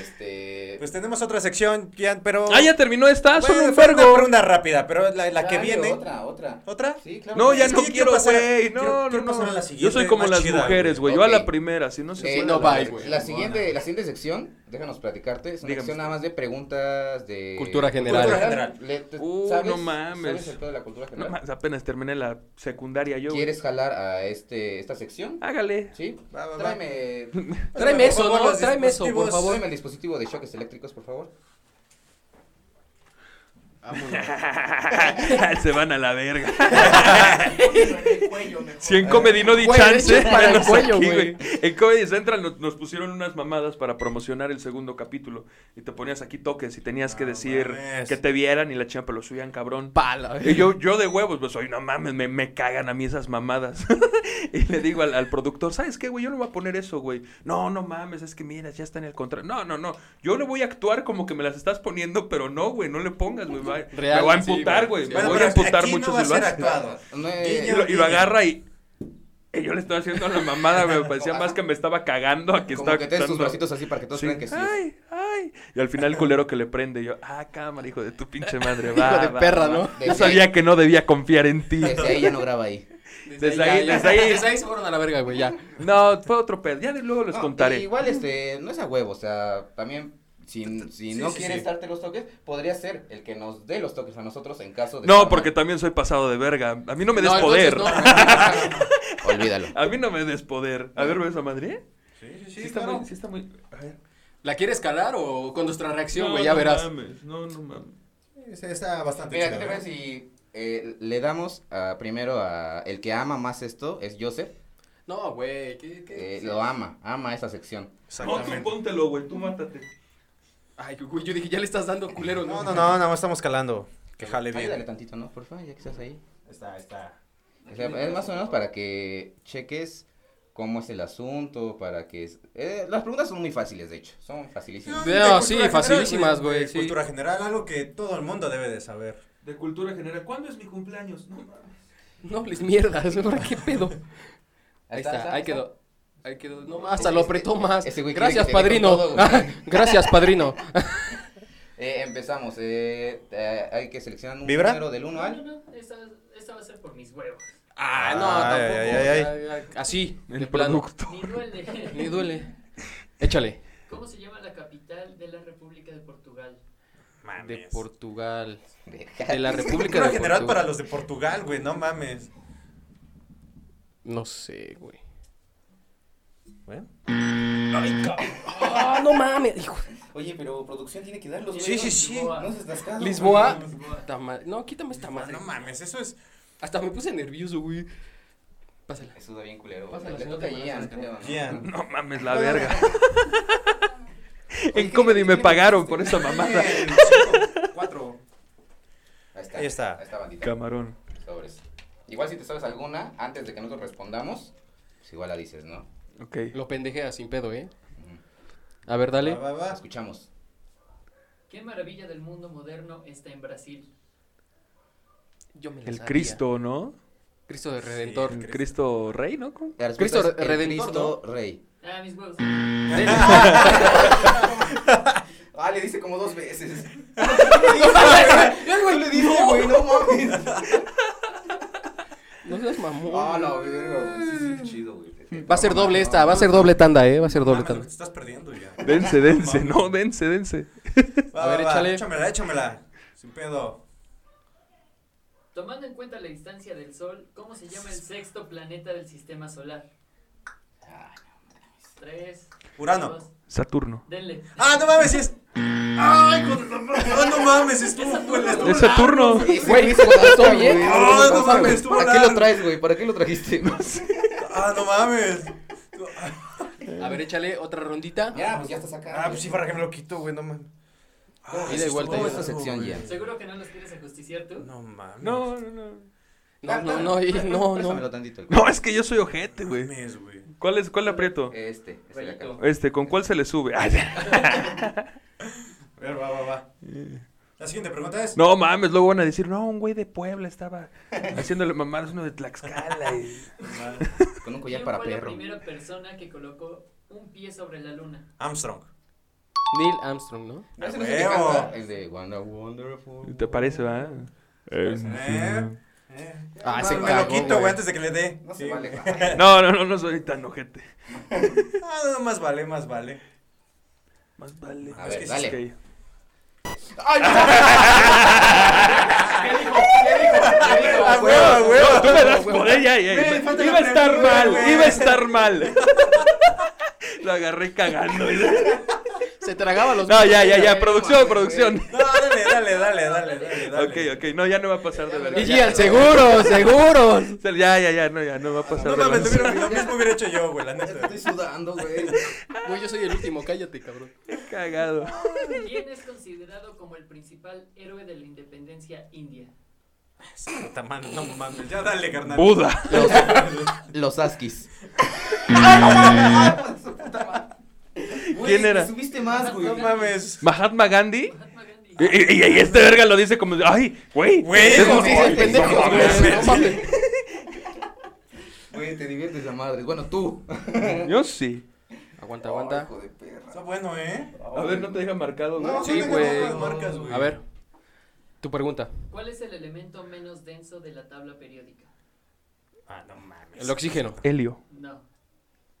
[SPEAKER 2] Este,
[SPEAKER 4] pues tenemos otra sección, Kian, pero.
[SPEAKER 6] <laughs> Ah, ya terminó esta,
[SPEAKER 4] Bueno,
[SPEAKER 6] son un
[SPEAKER 4] fue una
[SPEAKER 6] vergo.
[SPEAKER 4] pregunta rápida, pero la, la que
[SPEAKER 2] Claro,
[SPEAKER 4] viene.
[SPEAKER 2] Otra, otra.
[SPEAKER 4] ¿Otra?
[SPEAKER 2] Sí, claro. Eh,
[SPEAKER 6] No,
[SPEAKER 2] que
[SPEAKER 6] ya
[SPEAKER 2] sí.
[SPEAKER 6] no
[SPEAKER 4] Es que
[SPEAKER 6] quiero,
[SPEAKER 4] quiero pasar-
[SPEAKER 6] güey.
[SPEAKER 4] quiero-
[SPEAKER 6] No,
[SPEAKER 4] quiero
[SPEAKER 6] no,
[SPEAKER 4] pasar a
[SPEAKER 6] no.
[SPEAKER 4] la
[SPEAKER 6] Yo soy
[SPEAKER 4] siguiente,
[SPEAKER 6] como
[SPEAKER 4] más
[SPEAKER 6] las
[SPEAKER 4] chida, güey.
[SPEAKER 6] mujeres, güey. Yo a la
[SPEAKER 2] Ok.
[SPEAKER 6] primera, si no se
[SPEAKER 2] Eh,
[SPEAKER 6] puede.
[SPEAKER 3] no
[SPEAKER 6] la-
[SPEAKER 3] va, güey.
[SPEAKER 2] La siguiente, la siguiente sección, déjanos platicarte, es una
[SPEAKER 6] Dígame.
[SPEAKER 2] sección nada más de preguntas de...
[SPEAKER 3] Cultura general.
[SPEAKER 2] Cultura
[SPEAKER 4] general.
[SPEAKER 2] Le- te-
[SPEAKER 6] Uh,
[SPEAKER 2] ¿sabes-
[SPEAKER 6] no mames.
[SPEAKER 2] ¿Sabes el pedo de la cultura
[SPEAKER 6] No
[SPEAKER 2] general?
[SPEAKER 6] más, apenas terminé la secundaria yo. Ah. güey.
[SPEAKER 2] ¿Quieres jalar a este, esta sección?
[SPEAKER 6] Hágale.
[SPEAKER 2] Sí.
[SPEAKER 4] Va, va, va.
[SPEAKER 2] Tráeme,
[SPEAKER 3] Tráeme
[SPEAKER 4] Por
[SPEAKER 3] eso,
[SPEAKER 4] favor,
[SPEAKER 3] ¿no?
[SPEAKER 4] los
[SPEAKER 3] Tráeme eso, por
[SPEAKER 4] dispositivos.
[SPEAKER 3] favor.
[SPEAKER 2] tráeme el dispositivo de choques eléctricos, por favor.
[SPEAKER 6] <laughs> se van a la verga.
[SPEAKER 1] cuello mejor.
[SPEAKER 6] Si en Comedy no di
[SPEAKER 3] Güey,
[SPEAKER 6] chance,
[SPEAKER 3] eres para el
[SPEAKER 6] menos
[SPEAKER 3] cuello,
[SPEAKER 6] aquí,
[SPEAKER 3] güey.
[SPEAKER 6] güey. En Comedy Central nos, nos pusieron unas mamadas para promocionar el segundo capítulo. Y te ponías aquí toques y tenías que
[SPEAKER 4] No
[SPEAKER 6] decir
[SPEAKER 4] mames.
[SPEAKER 6] que te vieran y la chapa lo subían cabrón.
[SPEAKER 3] Pala,
[SPEAKER 6] Y yo, yo de huevos, pues, soy, no mames, me, me cagan a mí esas mamadas. <laughs> y le digo al, al productor, ¿sabes qué, güey? Yo no voy a poner eso, güey. No, no mames, es que mira, ya está en el contrato. No, no, no. Yo le voy a actuar como que me las estás poniendo, pero no, güey, no le pongas, güey. va-
[SPEAKER 3] Real,
[SPEAKER 6] me voy a
[SPEAKER 3] sí,
[SPEAKER 6] emputar,
[SPEAKER 3] güey.
[SPEAKER 6] güey.
[SPEAKER 3] Sí.
[SPEAKER 6] Me
[SPEAKER 4] Bueno,
[SPEAKER 6] voy a
[SPEAKER 4] pero
[SPEAKER 6] emputar
[SPEAKER 4] aquí no
[SPEAKER 6] mucho
[SPEAKER 4] va a
[SPEAKER 6] si lo
[SPEAKER 4] ser
[SPEAKER 6] haces.
[SPEAKER 4] actuado.
[SPEAKER 2] No, eh,
[SPEAKER 6] Y lo, y lo agarra y... y yo le estaba haciendo la mamada, güey. Me parecía más que me estaba cagando a que
[SPEAKER 2] como
[SPEAKER 6] estaba
[SPEAKER 2] que te des tus
[SPEAKER 6] actuando.
[SPEAKER 2] bracitos así para que todos
[SPEAKER 6] Sí.
[SPEAKER 2] crean que sí.
[SPEAKER 6] Ay, ay. Y al final el culero que le prende. Yo, ah, cámara, hijo de tu pinche madre. <laughs> Va,
[SPEAKER 3] Hijo de
[SPEAKER 6] va,
[SPEAKER 3] perra,
[SPEAKER 6] va.
[SPEAKER 3] ¿no?
[SPEAKER 6] Yo sabía que no debía confiar en ti.
[SPEAKER 2] Desde ahí ya no graba ahí.
[SPEAKER 6] Desde ahí, desde ahí.
[SPEAKER 3] Desde ahí se fueron a la verga, güey, ya.
[SPEAKER 6] No, fue otro pedo. Ya de luego <laughs> les
[SPEAKER 2] No, y
[SPEAKER 6] contaré.
[SPEAKER 2] Igual, este, no es a huevo, o sea, también, si, si
[SPEAKER 4] Sí,
[SPEAKER 2] no
[SPEAKER 4] sí,
[SPEAKER 2] quieres
[SPEAKER 4] sí.
[SPEAKER 2] darte los toques, podría ser el que nos dé los toques a nosotros en caso de...
[SPEAKER 6] No,
[SPEAKER 2] forma-
[SPEAKER 6] porque también soy pasado de verga. A mí no me des
[SPEAKER 3] No, entonces
[SPEAKER 6] poder. <laughs>
[SPEAKER 2] no. Olvídalo.
[SPEAKER 6] A mí no me des poder. A ver, ¿ves a Madrid?
[SPEAKER 4] Sí, sí,
[SPEAKER 6] Sí,
[SPEAKER 4] sí,
[SPEAKER 6] está
[SPEAKER 4] claro.
[SPEAKER 6] muy, sí está muy. A ver.
[SPEAKER 3] ¿La quieres calar o con nuestra reacción,
[SPEAKER 6] No,
[SPEAKER 3] güey? ya
[SPEAKER 6] no
[SPEAKER 3] verás.
[SPEAKER 6] mames, No, no mames.
[SPEAKER 4] Sí, Está bastante
[SPEAKER 2] Mira, ¿qué
[SPEAKER 4] chido,
[SPEAKER 2] te
[SPEAKER 4] ¿eh?
[SPEAKER 2] parece si eh, le damos a- primero a... El que ama más esto es Joseph,
[SPEAKER 3] No, güey, ¿qué, qué?
[SPEAKER 2] eh, lo ama, ama esa sección.
[SPEAKER 6] No, tú
[SPEAKER 4] Exactamente.
[SPEAKER 6] póntelo, güey. Tú mátate.
[SPEAKER 3] Ay, güey, yo dije, ya le estás dando culero, ¿no?
[SPEAKER 4] No, no, no, nada más estamos calando. Que jale
[SPEAKER 2] Ayúdale
[SPEAKER 4] bien.
[SPEAKER 2] tantito, ¿no? Por favor, ya que estás ahí.
[SPEAKER 4] Está, está.
[SPEAKER 2] O sea, es más o menos para que cheques cómo es el asunto, para que... es- eh, las preguntas son muy fáciles, de hecho, son facilísimas.
[SPEAKER 3] No, sí, facilísimas, güey, sí.
[SPEAKER 4] Cultura general, algo que todo el mundo debe de saber.
[SPEAKER 6] De cultura general. ¿Cuándo es mi cumpleaños? No mames.
[SPEAKER 3] <laughs> No, les mierdas, ¿verdad? ¿Qué pedo? Ahí
[SPEAKER 2] está,
[SPEAKER 3] está,
[SPEAKER 2] está,
[SPEAKER 3] ahí
[SPEAKER 2] está.
[SPEAKER 3] quedó. Ahí quedó. No, hasta lo apretó más.
[SPEAKER 2] ese güey quiere
[SPEAKER 3] Gracias,
[SPEAKER 2] que te dé con
[SPEAKER 3] padrino.
[SPEAKER 2] todo, güey.
[SPEAKER 3] <laughs> Gracias, padrino.
[SPEAKER 2] Eh, empezamos. Eh, eh, hay que seleccionar un
[SPEAKER 4] ¿Vibra?
[SPEAKER 2] número del 1 al.
[SPEAKER 1] no, no, esta, esta va a ser por mis huevos.
[SPEAKER 3] Ah, no,
[SPEAKER 4] Ay,
[SPEAKER 3] tampoco.
[SPEAKER 4] ay, ay,
[SPEAKER 3] Ya, ya, Así,
[SPEAKER 6] El
[SPEAKER 3] de plano.
[SPEAKER 6] producto.
[SPEAKER 1] Ni duele.
[SPEAKER 3] <laughs> Me duele. Échale.
[SPEAKER 1] ¿Cómo se llama la capital de la República de Portugal?
[SPEAKER 3] De
[SPEAKER 4] <laughs>
[SPEAKER 3] Portugal.
[SPEAKER 2] Verga.
[SPEAKER 3] De la República
[SPEAKER 4] Cultura
[SPEAKER 3] de
[SPEAKER 4] general para
[SPEAKER 3] Portugal.
[SPEAKER 4] los de Portugal, güey, no mames.
[SPEAKER 3] No sé, güey.
[SPEAKER 4] Bueno.
[SPEAKER 3] Ah, no mames. hijo.
[SPEAKER 2] Oye, pero producción tiene que dar los
[SPEAKER 4] Sí,
[SPEAKER 2] números.
[SPEAKER 4] sí, sí.
[SPEAKER 1] Lisboa.
[SPEAKER 2] No se estás casando.
[SPEAKER 3] Ah, Lisboa. Ta madre. No, quítame esta madre.
[SPEAKER 4] Ah, No mames, eso es.
[SPEAKER 3] Hasta me puse nervioso, güey. Pásala.
[SPEAKER 2] Eso da bien culero. güey.
[SPEAKER 3] Pásala,
[SPEAKER 2] Le
[SPEAKER 3] señor,
[SPEAKER 2] toca a
[SPEAKER 3] te
[SPEAKER 2] Ian,
[SPEAKER 3] mandas
[SPEAKER 2] creo, ¿no?
[SPEAKER 4] Kian.
[SPEAKER 6] No mames,
[SPEAKER 3] <laughs>
[SPEAKER 6] la verga. En comedy me pagaron por esa mamada.
[SPEAKER 4] Cuatro.
[SPEAKER 2] Ahí está.
[SPEAKER 4] Ahí está.
[SPEAKER 2] Ahí está, bandita.
[SPEAKER 6] Camarón.
[SPEAKER 2] Sobres. Igual si te sabes alguna, antes de que nosotros respondamos, pues igual la dices, ¿no?
[SPEAKER 6] Ok.
[SPEAKER 3] Lo pendejea sin pedo, ¿eh? A ver, dale.
[SPEAKER 4] Va, va,
[SPEAKER 2] La
[SPEAKER 4] va.
[SPEAKER 2] escuchamos.
[SPEAKER 1] ¿Qué maravilla del mundo moderno está en Brasil?
[SPEAKER 3] Yo me la
[SPEAKER 6] El
[SPEAKER 3] sabía.
[SPEAKER 6] Cristo, ¿no?
[SPEAKER 3] Cristo de Redentor. <laughs>
[SPEAKER 6] El Cristo Rey, ¿no? ¿Cómo?
[SPEAKER 2] La respuesta
[SPEAKER 3] Cristo
[SPEAKER 2] es el
[SPEAKER 3] Redentor,
[SPEAKER 2] Cristo Rey.
[SPEAKER 1] Ah, mis huevos.
[SPEAKER 2] Ah, le dice como dos veces. <laughs> Yo le dije, güey, no mames.
[SPEAKER 3] No seas mamón.
[SPEAKER 2] <laughs> Ah, la verga, güey. Sí, sí, chido, güey.
[SPEAKER 3] Va
[SPEAKER 2] <laughs>
[SPEAKER 3] a ser doble esta, va a ser doble tanda, ¿eh? Va a ser doble
[SPEAKER 4] Mames, lo que
[SPEAKER 3] tanda.
[SPEAKER 4] Ah, te estás perdiendo
[SPEAKER 3] <laughs>
[SPEAKER 4] ya.
[SPEAKER 6] Dense, dense, no, dense, dense.
[SPEAKER 4] Va,
[SPEAKER 3] A
[SPEAKER 4] va,
[SPEAKER 3] ver,
[SPEAKER 4] va.
[SPEAKER 3] échale.
[SPEAKER 4] Échamela, échamela. Sin pedo.
[SPEAKER 1] Tomando en cuenta la distancia del Sol, ¿cómo se llama el sexto planeta del sistema solar? Tres.
[SPEAKER 4] Urano.
[SPEAKER 1] dos,
[SPEAKER 6] Saturno.
[SPEAKER 1] denle.
[SPEAKER 4] Ah, no mames, sí es. Ay, con la No, no mames, estuvo fuerte.
[SPEAKER 6] Es Saturno.
[SPEAKER 3] Güey,
[SPEAKER 2] Güey, se contestó
[SPEAKER 3] güey.
[SPEAKER 2] bien.
[SPEAKER 4] Ah, no
[SPEAKER 2] Güey,
[SPEAKER 4] mames, estuvo
[SPEAKER 2] ¿Para qué
[SPEAKER 4] largo.
[SPEAKER 2] lo traes, güey? ¿Para qué lo trajiste?
[SPEAKER 4] Ah, no mames.
[SPEAKER 3] A ver, échale otra rondita.
[SPEAKER 2] Ya, pues ya estás acá.
[SPEAKER 4] Ah, pues sí, para que me lo quito, güey, no mames. Ah,
[SPEAKER 3] Y de
[SPEAKER 4] estuvo
[SPEAKER 3] vuelta, ya.
[SPEAKER 4] largo,
[SPEAKER 2] Esta sección
[SPEAKER 4] güey.
[SPEAKER 2] ya.
[SPEAKER 1] Seguro que no los quieres ajusticiar tú.
[SPEAKER 4] No mames.
[SPEAKER 6] No, no, no.
[SPEAKER 3] No, no, no, y- no,
[SPEAKER 2] Pásamelo
[SPEAKER 3] no.
[SPEAKER 2] tantito.
[SPEAKER 6] No, es que yo soy ojete,
[SPEAKER 4] güey.
[SPEAKER 6] güey.
[SPEAKER 4] Mames, güey.
[SPEAKER 6] ¿Cuál es, cuál le aprieto?
[SPEAKER 2] Este, este de acá.
[SPEAKER 1] Rayito.
[SPEAKER 6] Este, ¿con cuál se le sube? Ay, ya.
[SPEAKER 4] A ver, va, va, va.
[SPEAKER 3] Eh.
[SPEAKER 4] La siguiente pregunta es.
[SPEAKER 6] no mames, luego van a decir, no, un güey de Puebla estaba haciéndole mamadas uno de Tlaxcala. y-
[SPEAKER 2] Con un collar pues
[SPEAKER 1] ¿Quién
[SPEAKER 2] para
[SPEAKER 1] fue la
[SPEAKER 2] perro.
[SPEAKER 1] primera persona que colocó un pie sobre la luna?
[SPEAKER 4] Armstrong.
[SPEAKER 3] Neil Armstrong, ¿no?
[SPEAKER 2] ¿No es el que
[SPEAKER 4] Ah, huevo.
[SPEAKER 2] canta? El de Wanda Wonderful.
[SPEAKER 6] ¿Te parece, va? Este,
[SPEAKER 4] Eh, eh.
[SPEAKER 3] Ah,
[SPEAKER 2] No,
[SPEAKER 3] se
[SPEAKER 2] me lo
[SPEAKER 4] Me lo
[SPEAKER 3] cagó,
[SPEAKER 4] quito, güey,
[SPEAKER 3] güey.
[SPEAKER 4] antes de que le dé.
[SPEAKER 2] No
[SPEAKER 4] Sí.
[SPEAKER 2] se
[SPEAKER 4] <laughs>
[SPEAKER 2] vale.
[SPEAKER 6] No, no, no, no soy tan ojete.
[SPEAKER 4] Ah, no, más vale, más vale.
[SPEAKER 6] Más vale.
[SPEAKER 2] A
[SPEAKER 4] Es que
[SPEAKER 2] ver,
[SPEAKER 4] sí
[SPEAKER 2] dale.
[SPEAKER 6] Ok.
[SPEAKER 2] ¡Ay, no! ¿Qué dijo? ¿Qué dijo? ¿Qué dijo?
[SPEAKER 4] A huevo, a huevo.
[SPEAKER 6] Tú me das por ella. ey, ey.
[SPEAKER 4] Güey, falta
[SPEAKER 6] Iba a
[SPEAKER 4] la
[SPEAKER 6] estar
[SPEAKER 4] pregunta,
[SPEAKER 6] mal,
[SPEAKER 4] güey.
[SPEAKER 6] iba a estar mal. <laughs> Lo agarré cagando.
[SPEAKER 4] Pues
[SPEAKER 3] Se tragaba los.
[SPEAKER 6] No, ya, ya, ya.
[SPEAKER 2] no
[SPEAKER 6] Producción,
[SPEAKER 2] mames,
[SPEAKER 6] producción.
[SPEAKER 4] No, dale, dale, dale, dale, dale.
[SPEAKER 6] Ok,
[SPEAKER 4] dale.
[SPEAKER 6] ok. No, ya no va a pasar de verdad.
[SPEAKER 3] Y Gian, seguros, seguros.
[SPEAKER 6] Ya, ya, ya. No, ya no va a pasar
[SPEAKER 4] No
[SPEAKER 6] de
[SPEAKER 4] mames,
[SPEAKER 6] verdad.
[SPEAKER 4] hubiera- lo mismo hubiera hecho yo, güey, la neta.
[SPEAKER 2] Estoy sudando, güey.
[SPEAKER 3] Güey, yo soy el último, cállate, cabrón.
[SPEAKER 6] Cagado.
[SPEAKER 1] ¿Quién es considerado como el principal héroe de la independencia india?
[SPEAKER 4] Puta madre, no mames. Ya dale, carnal.
[SPEAKER 6] Buda.
[SPEAKER 2] Los, los Askis. Mm.
[SPEAKER 6] ¿Quién era?
[SPEAKER 2] Subiste más, güey.
[SPEAKER 4] No mames.
[SPEAKER 6] Mahatma Gandhi.
[SPEAKER 1] Mahatma Gandhi.
[SPEAKER 6] Y, y- y este verga lo dice como, ay, güey.
[SPEAKER 4] Güey,
[SPEAKER 6] es
[SPEAKER 4] como
[SPEAKER 6] un-
[SPEAKER 4] si dices,
[SPEAKER 6] ay,
[SPEAKER 4] pendejo,
[SPEAKER 6] no
[SPEAKER 4] güey.
[SPEAKER 6] mames.
[SPEAKER 4] mames.
[SPEAKER 2] Güey, te diviertes la madre. Bueno, tú.
[SPEAKER 6] Yo sí.
[SPEAKER 3] Aguanta, aguanta.
[SPEAKER 2] Hijo de perra.
[SPEAKER 4] Está bueno, ¿eh?
[SPEAKER 6] A ver, no te deja marcado, güey.
[SPEAKER 4] No,
[SPEAKER 3] Sí,
[SPEAKER 4] no tengo
[SPEAKER 3] güey.
[SPEAKER 4] todas las marcas, güey.
[SPEAKER 3] A ver, tu pregunta.
[SPEAKER 1] ¿Cuál es el elemento menos denso de la tabla periódica?
[SPEAKER 4] Ah, no mames.
[SPEAKER 3] El oxígeno.
[SPEAKER 6] Helio.
[SPEAKER 1] No.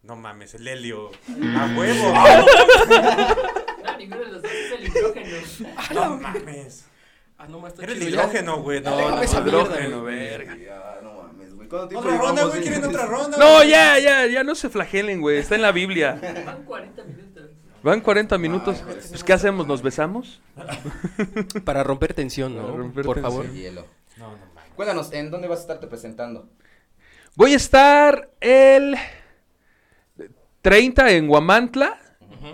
[SPEAKER 4] No mames, el helio. A huevo.
[SPEAKER 1] No, ninguno de los dos es el hidrógeno.
[SPEAKER 4] No mames.
[SPEAKER 3] Ah, no más
[SPEAKER 4] Era el hidrógeno, güey. No,
[SPEAKER 3] Déjame
[SPEAKER 4] no,
[SPEAKER 3] esa
[SPEAKER 4] no.
[SPEAKER 3] mierda,
[SPEAKER 6] hidrógeno,
[SPEAKER 3] güey.
[SPEAKER 6] verga.
[SPEAKER 2] Ya, no mames, güey. ¿Cuánto tiempo
[SPEAKER 4] Otra ronda,
[SPEAKER 2] llevamos,
[SPEAKER 4] güey.
[SPEAKER 2] eh?
[SPEAKER 4] ¿Quieren otra ronda?
[SPEAKER 6] No,
[SPEAKER 4] güey?
[SPEAKER 6] ya, ya, ya no se flagelen, güey. Está en la Biblia.
[SPEAKER 1] Van 40 minutos.
[SPEAKER 6] Van 40 minutos.
[SPEAKER 2] Ay, güey.
[SPEAKER 6] Pues, ¿qué hacemos? ¿Nos besamos?
[SPEAKER 3] Para romper tensión, ¿no?
[SPEAKER 6] Para romper
[SPEAKER 3] Por
[SPEAKER 6] tensión.
[SPEAKER 3] favor.
[SPEAKER 2] El Hielo.
[SPEAKER 4] No, no mames.
[SPEAKER 2] Cuéntanos, ¿en dónde vas a estarte presentando?
[SPEAKER 6] Voy a estar el 30 en Guamantla.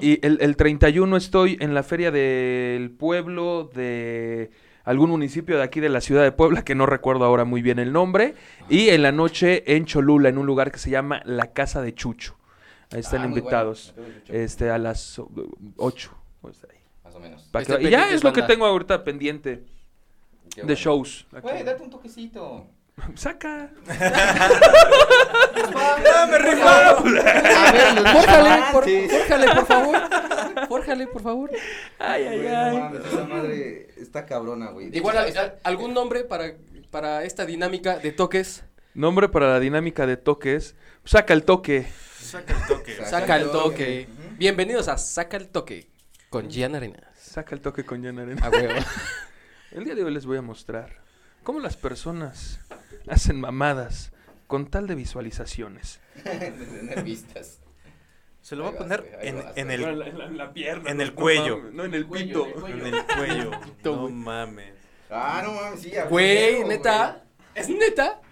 [SPEAKER 6] Y el, el 31 estoy en la feria del pueblo de algún municipio de aquí de la ciudad de Puebla, que no recuerdo ahora muy bien el nombre. Y en la noche en Cholula, en un lugar que se llama La Casa de Chucho. Ahí están
[SPEAKER 2] Ah, muy
[SPEAKER 6] invitados.
[SPEAKER 2] bueno. Me tengo que
[SPEAKER 6] Este, a las 8.
[SPEAKER 2] Más o menos.
[SPEAKER 6] Pa' que-
[SPEAKER 3] Estén
[SPEAKER 6] y ya
[SPEAKER 3] pendientes,
[SPEAKER 6] es lo que
[SPEAKER 3] banda.
[SPEAKER 6] tengo ahorita pendiente
[SPEAKER 2] Este Qué
[SPEAKER 6] de
[SPEAKER 2] bueno.
[SPEAKER 6] shows.
[SPEAKER 2] Güey, date un toquecito. <laughs>
[SPEAKER 6] Saca.
[SPEAKER 4] ¡Ah, me rifo!
[SPEAKER 2] A ver,
[SPEAKER 6] <laughs>
[SPEAKER 2] los
[SPEAKER 3] Fórjale, por,
[SPEAKER 2] diamantes.
[SPEAKER 3] fórjale, por favor. Fórjale, por favor.
[SPEAKER 6] Ay, ay,
[SPEAKER 2] Güey,
[SPEAKER 6] ay.
[SPEAKER 2] no mames, esa madre está cabrona, güey.
[SPEAKER 3] Igual,
[SPEAKER 2] Está-
[SPEAKER 3] al- ¿algún nombre para, para esta dinámica de toques?
[SPEAKER 6] Nombre para la dinámica de toques. Saca el toque.
[SPEAKER 4] Saca el toque.
[SPEAKER 3] Saca el toque.
[SPEAKER 2] Ujú.
[SPEAKER 3] Bienvenidos a Saca el toque con Gian Arenas.
[SPEAKER 6] Saca el toque con Jan Arena.
[SPEAKER 3] A Ah, huevo.
[SPEAKER 6] El día de hoy les voy a mostrar cómo las personas hacen mamadas con tal de visualizaciones.
[SPEAKER 2] <laughs> de tener vistas.
[SPEAKER 4] Se lo va a
[SPEAKER 2] Ahí vas,
[SPEAKER 4] poner
[SPEAKER 2] güey, ahí
[SPEAKER 4] en,
[SPEAKER 2] vas,
[SPEAKER 4] en
[SPEAKER 2] güey.
[SPEAKER 4] el,
[SPEAKER 6] la, pierna.
[SPEAKER 4] En el cuello.
[SPEAKER 6] mames, No, en el
[SPEAKER 1] Cuello,
[SPEAKER 6] pito.
[SPEAKER 1] güey.
[SPEAKER 4] en el cuello.
[SPEAKER 3] Pito,
[SPEAKER 4] No
[SPEAKER 3] güey.
[SPEAKER 4] mames.
[SPEAKER 2] Ah, no mames, sí, a
[SPEAKER 3] <laughs> Güey,
[SPEAKER 2] huevo,
[SPEAKER 3] neta. ¿Es neta?
[SPEAKER 6] <laughs>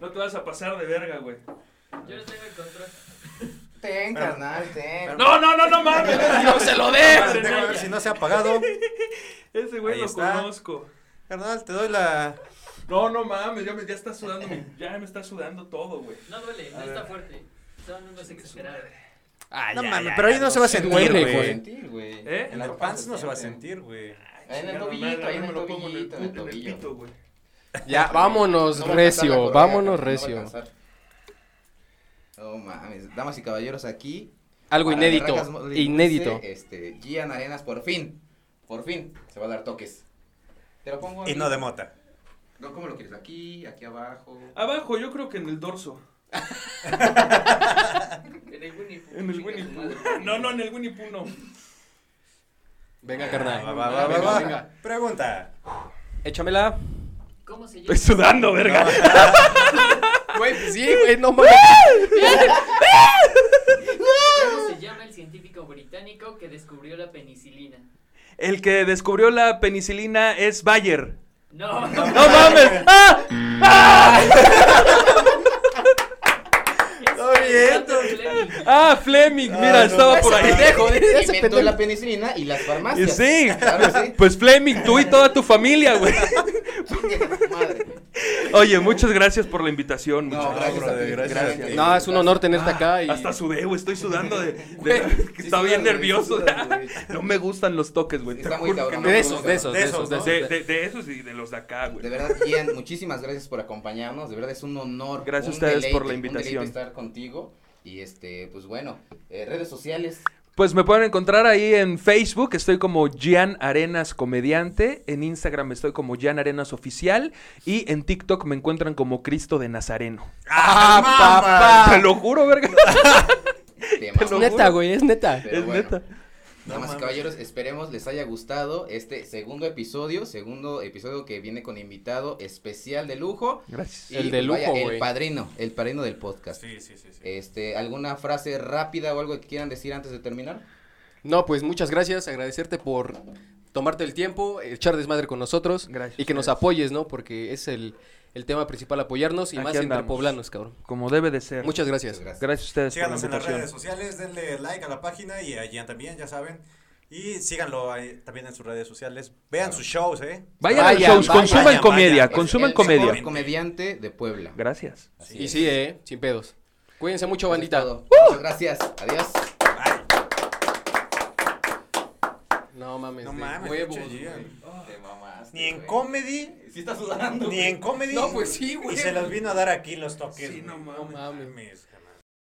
[SPEAKER 6] No te vas a pasar de verga, güey.
[SPEAKER 1] Yo les tengo el control.
[SPEAKER 2] güey. Ten, carnal, ten.
[SPEAKER 6] No, no, no, no
[SPEAKER 2] <laughs>
[SPEAKER 6] mames.
[SPEAKER 3] ¡No se lo
[SPEAKER 6] Eh,
[SPEAKER 4] Carnal,
[SPEAKER 3] des!
[SPEAKER 4] déjame ver si no se ha apagado.
[SPEAKER 6] Ese güey
[SPEAKER 4] Ahí
[SPEAKER 6] lo
[SPEAKER 4] está.
[SPEAKER 6] conozco.
[SPEAKER 4] Carnal, te doy la.
[SPEAKER 6] No, no mames. Ya me ya está sudando. mi- Ya me está sudando todo, güey.
[SPEAKER 1] No duele, no está fuerte. Son unos exagerados.
[SPEAKER 3] Ah,
[SPEAKER 4] No mames, pero ahí no se va a
[SPEAKER 3] sí
[SPEAKER 4] sentir,
[SPEAKER 3] duele,
[SPEAKER 2] Se va a
[SPEAKER 4] güey.
[SPEAKER 2] sentir, güey.
[SPEAKER 6] ¿Eh?
[SPEAKER 4] En el
[SPEAKER 2] ropa
[SPEAKER 4] pants no se va a
[SPEAKER 2] siente.
[SPEAKER 4] sentir, güey.
[SPEAKER 2] Ahí en el
[SPEAKER 6] Chingada
[SPEAKER 2] tobillito,
[SPEAKER 6] madre,
[SPEAKER 2] ahí en
[SPEAKER 6] me
[SPEAKER 2] el
[SPEAKER 6] lo pongo
[SPEAKER 2] tobillito, en el
[SPEAKER 6] puto-
[SPEAKER 2] tobillo.
[SPEAKER 6] pito, güey.
[SPEAKER 3] Ya,
[SPEAKER 2] No
[SPEAKER 3] vámonos
[SPEAKER 2] va a alcanzar la
[SPEAKER 3] recio,
[SPEAKER 2] correa,
[SPEAKER 3] vámonos
[SPEAKER 2] carnal, no va a
[SPEAKER 3] recio.
[SPEAKER 2] alcanzar. No mames, damas y caballeros, aquí.
[SPEAKER 3] Algo
[SPEAKER 2] para Barracas
[SPEAKER 3] inédito,
[SPEAKER 2] Mole
[SPEAKER 3] inédito.
[SPEAKER 2] Dulce, Este, Gian Arenas, por fin, por fin, se va a dar toques. Te lo pongo.
[SPEAKER 4] Y
[SPEAKER 2] aquí.
[SPEAKER 4] no de mota.
[SPEAKER 2] No, ¿Cómo lo quieres? Aquí, aquí abajo.
[SPEAKER 6] Abajo, yo creo que en el dorso.
[SPEAKER 1] En el Winnie Pooh.
[SPEAKER 6] En el
[SPEAKER 1] chinga
[SPEAKER 6] Winnie
[SPEAKER 1] su madre.
[SPEAKER 6] Pooh. No, no, en el Winnie Pooh no.
[SPEAKER 3] Venga,
[SPEAKER 4] Va, va,
[SPEAKER 3] carnal.
[SPEAKER 4] va,
[SPEAKER 3] Venga,
[SPEAKER 4] va, va.
[SPEAKER 3] venga.
[SPEAKER 4] Pregunta.
[SPEAKER 3] Échamela.
[SPEAKER 1] ¿Cómo se llama?
[SPEAKER 6] Estoy sudando, verga.
[SPEAKER 3] Güey, pues sí, güey, <laughs> no mames.
[SPEAKER 1] ¿Cómo se llama el científico británico que descubrió la penicilina?
[SPEAKER 6] El que descubrió la penicilina es Bayer.
[SPEAKER 1] No.
[SPEAKER 6] ¡No mames! ¡Ah!
[SPEAKER 4] viento.
[SPEAKER 1] Está é
[SPEAKER 6] ¡Ah, Fleming! Mira,
[SPEAKER 4] Ah, no,
[SPEAKER 6] estaba por ahí.
[SPEAKER 3] Pendejo, ese
[SPEAKER 2] Inventó
[SPEAKER 3] pendejo.
[SPEAKER 2] la penicilina y las
[SPEAKER 6] Y
[SPEAKER 2] farmacias.
[SPEAKER 6] Sí,
[SPEAKER 2] Claro, sí.
[SPEAKER 6] pues Fleming, tú y toda tu familia, güey.
[SPEAKER 2] Chingue su madre.
[SPEAKER 6] Oye, muchas gracias por la invitación.
[SPEAKER 2] No,
[SPEAKER 6] muchas
[SPEAKER 2] gracias, a
[SPEAKER 4] brother,
[SPEAKER 2] ti,
[SPEAKER 4] gracias a ti.
[SPEAKER 3] No, es un honor tenerte
[SPEAKER 6] Ah,
[SPEAKER 3] acá y
[SPEAKER 6] Hasta sudé, güey. Estoy sudando de. de-
[SPEAKER 3] Güey,
[SPEAKER 6] que
[SPEAKER 2] sí
[SPEAKER 6] estaba bien
[SPEAKER 2] sudas, güey,
[SPEAKER 6] nervioso.
[SPEAKER 2] sí sudas, güey.
[SPEAKER 6] <laughs> no me gustan los toques, güey.
[SPEAKER 2] Está
[SPEAKER 6] te
[SPEAKER 2] muy
[SPEAKER 6] juro que
[SPEAKER 2] cabrón.
[SPEAKER 6] no
[SPEAKER 3] de
[SPEAKER 6] me
[SPEAKER 3] esos,
[SPEAKER 6] gustan.
[SPEAKER 3] de esos,
[SPEAKER 4] De
[SPEAKER 3] de esos,
[SPEAKER 4] esos,
[SPEAKER 3] de
[SPEAKER 4] ¿no?
[SPEAKER 3] esos.
[SPEAKER 6] De, de- de esos y de los de acá,
[SPEAKER 2] De
[SPEAKER 6] güey.
[SPEAKER 2] verdad, Ian, muchísimas gracias por acompañarnos. De verdad es un honor.
[SPEAKER 6] Gracias a
[SPEAKER 2] un
[SPEAKER 6] ustedes por la
[SPEAKER 2] un
[SPEAKER 6] invitación. <laughs>
[SPEAKER 2] estar contigo. Y este, pues bueno, eh, redes sociales.
[SPEAKER 6] Pues me pueden encontrar ahí en Facebook, estoy como Gian Arenas Comediante, en Instagram estoy como Gian Arenas Oficial y en TikTok me encuentran como Cristo de Nazareno.
[SPEAKER 4] ¡Ah, papá!
[SPEAKER 6] Te lo juro,
[SPEAKER 4] <laughs>
[SPEAKER 6] verga.
[SPEAKER 2] Te mamo.
[SPEAKER 3] Es neta, güey, es neta.
[SPEAKER 2] Pero
[SPEAKER 6] es
[SPEAKER 2] bueno,
[SPEAKER 6] neta.
[SPEAKER 2] Damas y caballeros, esperemos les haya gustado este segundo episodio, segundo episodio que viene con invitado especial de lujo.
[SPEAKER 6] Gracias.
[SPEAKER 2] Y,
[SPEAKER 3] El de
[SPEAKER 2] pues, vaya,
[SPEAKER 3] lujo,
[SPEAKER 2] El
[SPEAKER 3] güey.
[SPEAKER 2] padrino, el padrino del podcast.
[SPEAKER 4] Sí, sí, sí. sí.
[SPEAKER 2] Este, ¿alguna frase rápida o algo que quieran decir antes de terminar?
[SPEAKER 3] No, pues muchas gracias, agradecerte por tomarte el tiempo, echar desmadre con nosotros
[SPEAKER 6] Gracias,
[SPEAKER 3] y que nos
[SPEAKER 6] gracias.
[SPEAKER 3] apoyes, ¿no? Porque es el, el tema principal, apoyarnos y
[SPEAKER 6] Aquí
[SPEAKER 3] más entre
[SPEAKER 6] andamos.
[SPEAKER 3] poblanos, cabrón.
[SPEAKER 6] Como debe de ser.
[SPEAKER 3] Muchas gracias.
[SPEAKER 2] Muchas gracias.
[SPEAKER 6] gracias a ustedes
[SPEAKER 4] Síganos
[SPEAKER 6] por
[SPEAKER 4] en
[SPEAKER 6] la
[SPEAKER 4] las
[SPEAKER 6] invitación.
[SPEAKER 4] redes sociales, denle like a la página y a Gian también, ya saben. Y síganlo ahí también en sus redes sociales. Vean sus shows, ¿eh?
[SPEAKER 3] Vayan,
[SPEAKER 6] Vayan, a los shows,
[SPEAKER 3] vayan,
[SPEAKER 6] consuman
[SPEAKER 4] vayan. Este
[SPEAKER 6] comedia,
[SPEAKER 4] Es
[SPEAKER 6] Ah, consuman
[SPEAKER 2] el
[SPEAKER 6] comedia.
[SPEAKER 2] mejor comediante de Puebla.
[SPEAKER 6] Gracias.
[SPEAKER 2] Así
[SPEAKER 3] Y
[SPEAKER 2] es.
[SPEAKER 3] sí, eh, sin pedos. Cuídense mucho,
[SPEAKER 2] Eso es
[SPEAKER 3] bandita.
[SPEAKER 2] todo. Muchas gracias. Adiós.
[SPEAKER 4] Bye.
[SPEAKER 3] No mames,
[SPEAKER 4] No
[SPEAKER 3] de
[SPEAKER 4] mames,
[SPEAKER 3] huevos,
[SPEAKER 4] pinche
[SPEAKER 3] güey.
[SPEAKER 4] Gian.
[SPEAKER 2] Te mamaste,
[SPEAKER 4] Ni en
[SPEAKER 2] güey.
[SPEAKER 4] comedy,
[SPEAKER 2] Sí está sudando.
[SPEAKER 4] ni en comedy.
[SPEAKER 3] No, pues sí, güey.
[SPEAKER 4] Y se los vino a dar aquí los toques.
[SPEAKER 6] Sí, no
[SPEAKER 4] güey.
[SPEAKER 6] mames.
[SPEAKER 4] No mames, carnal.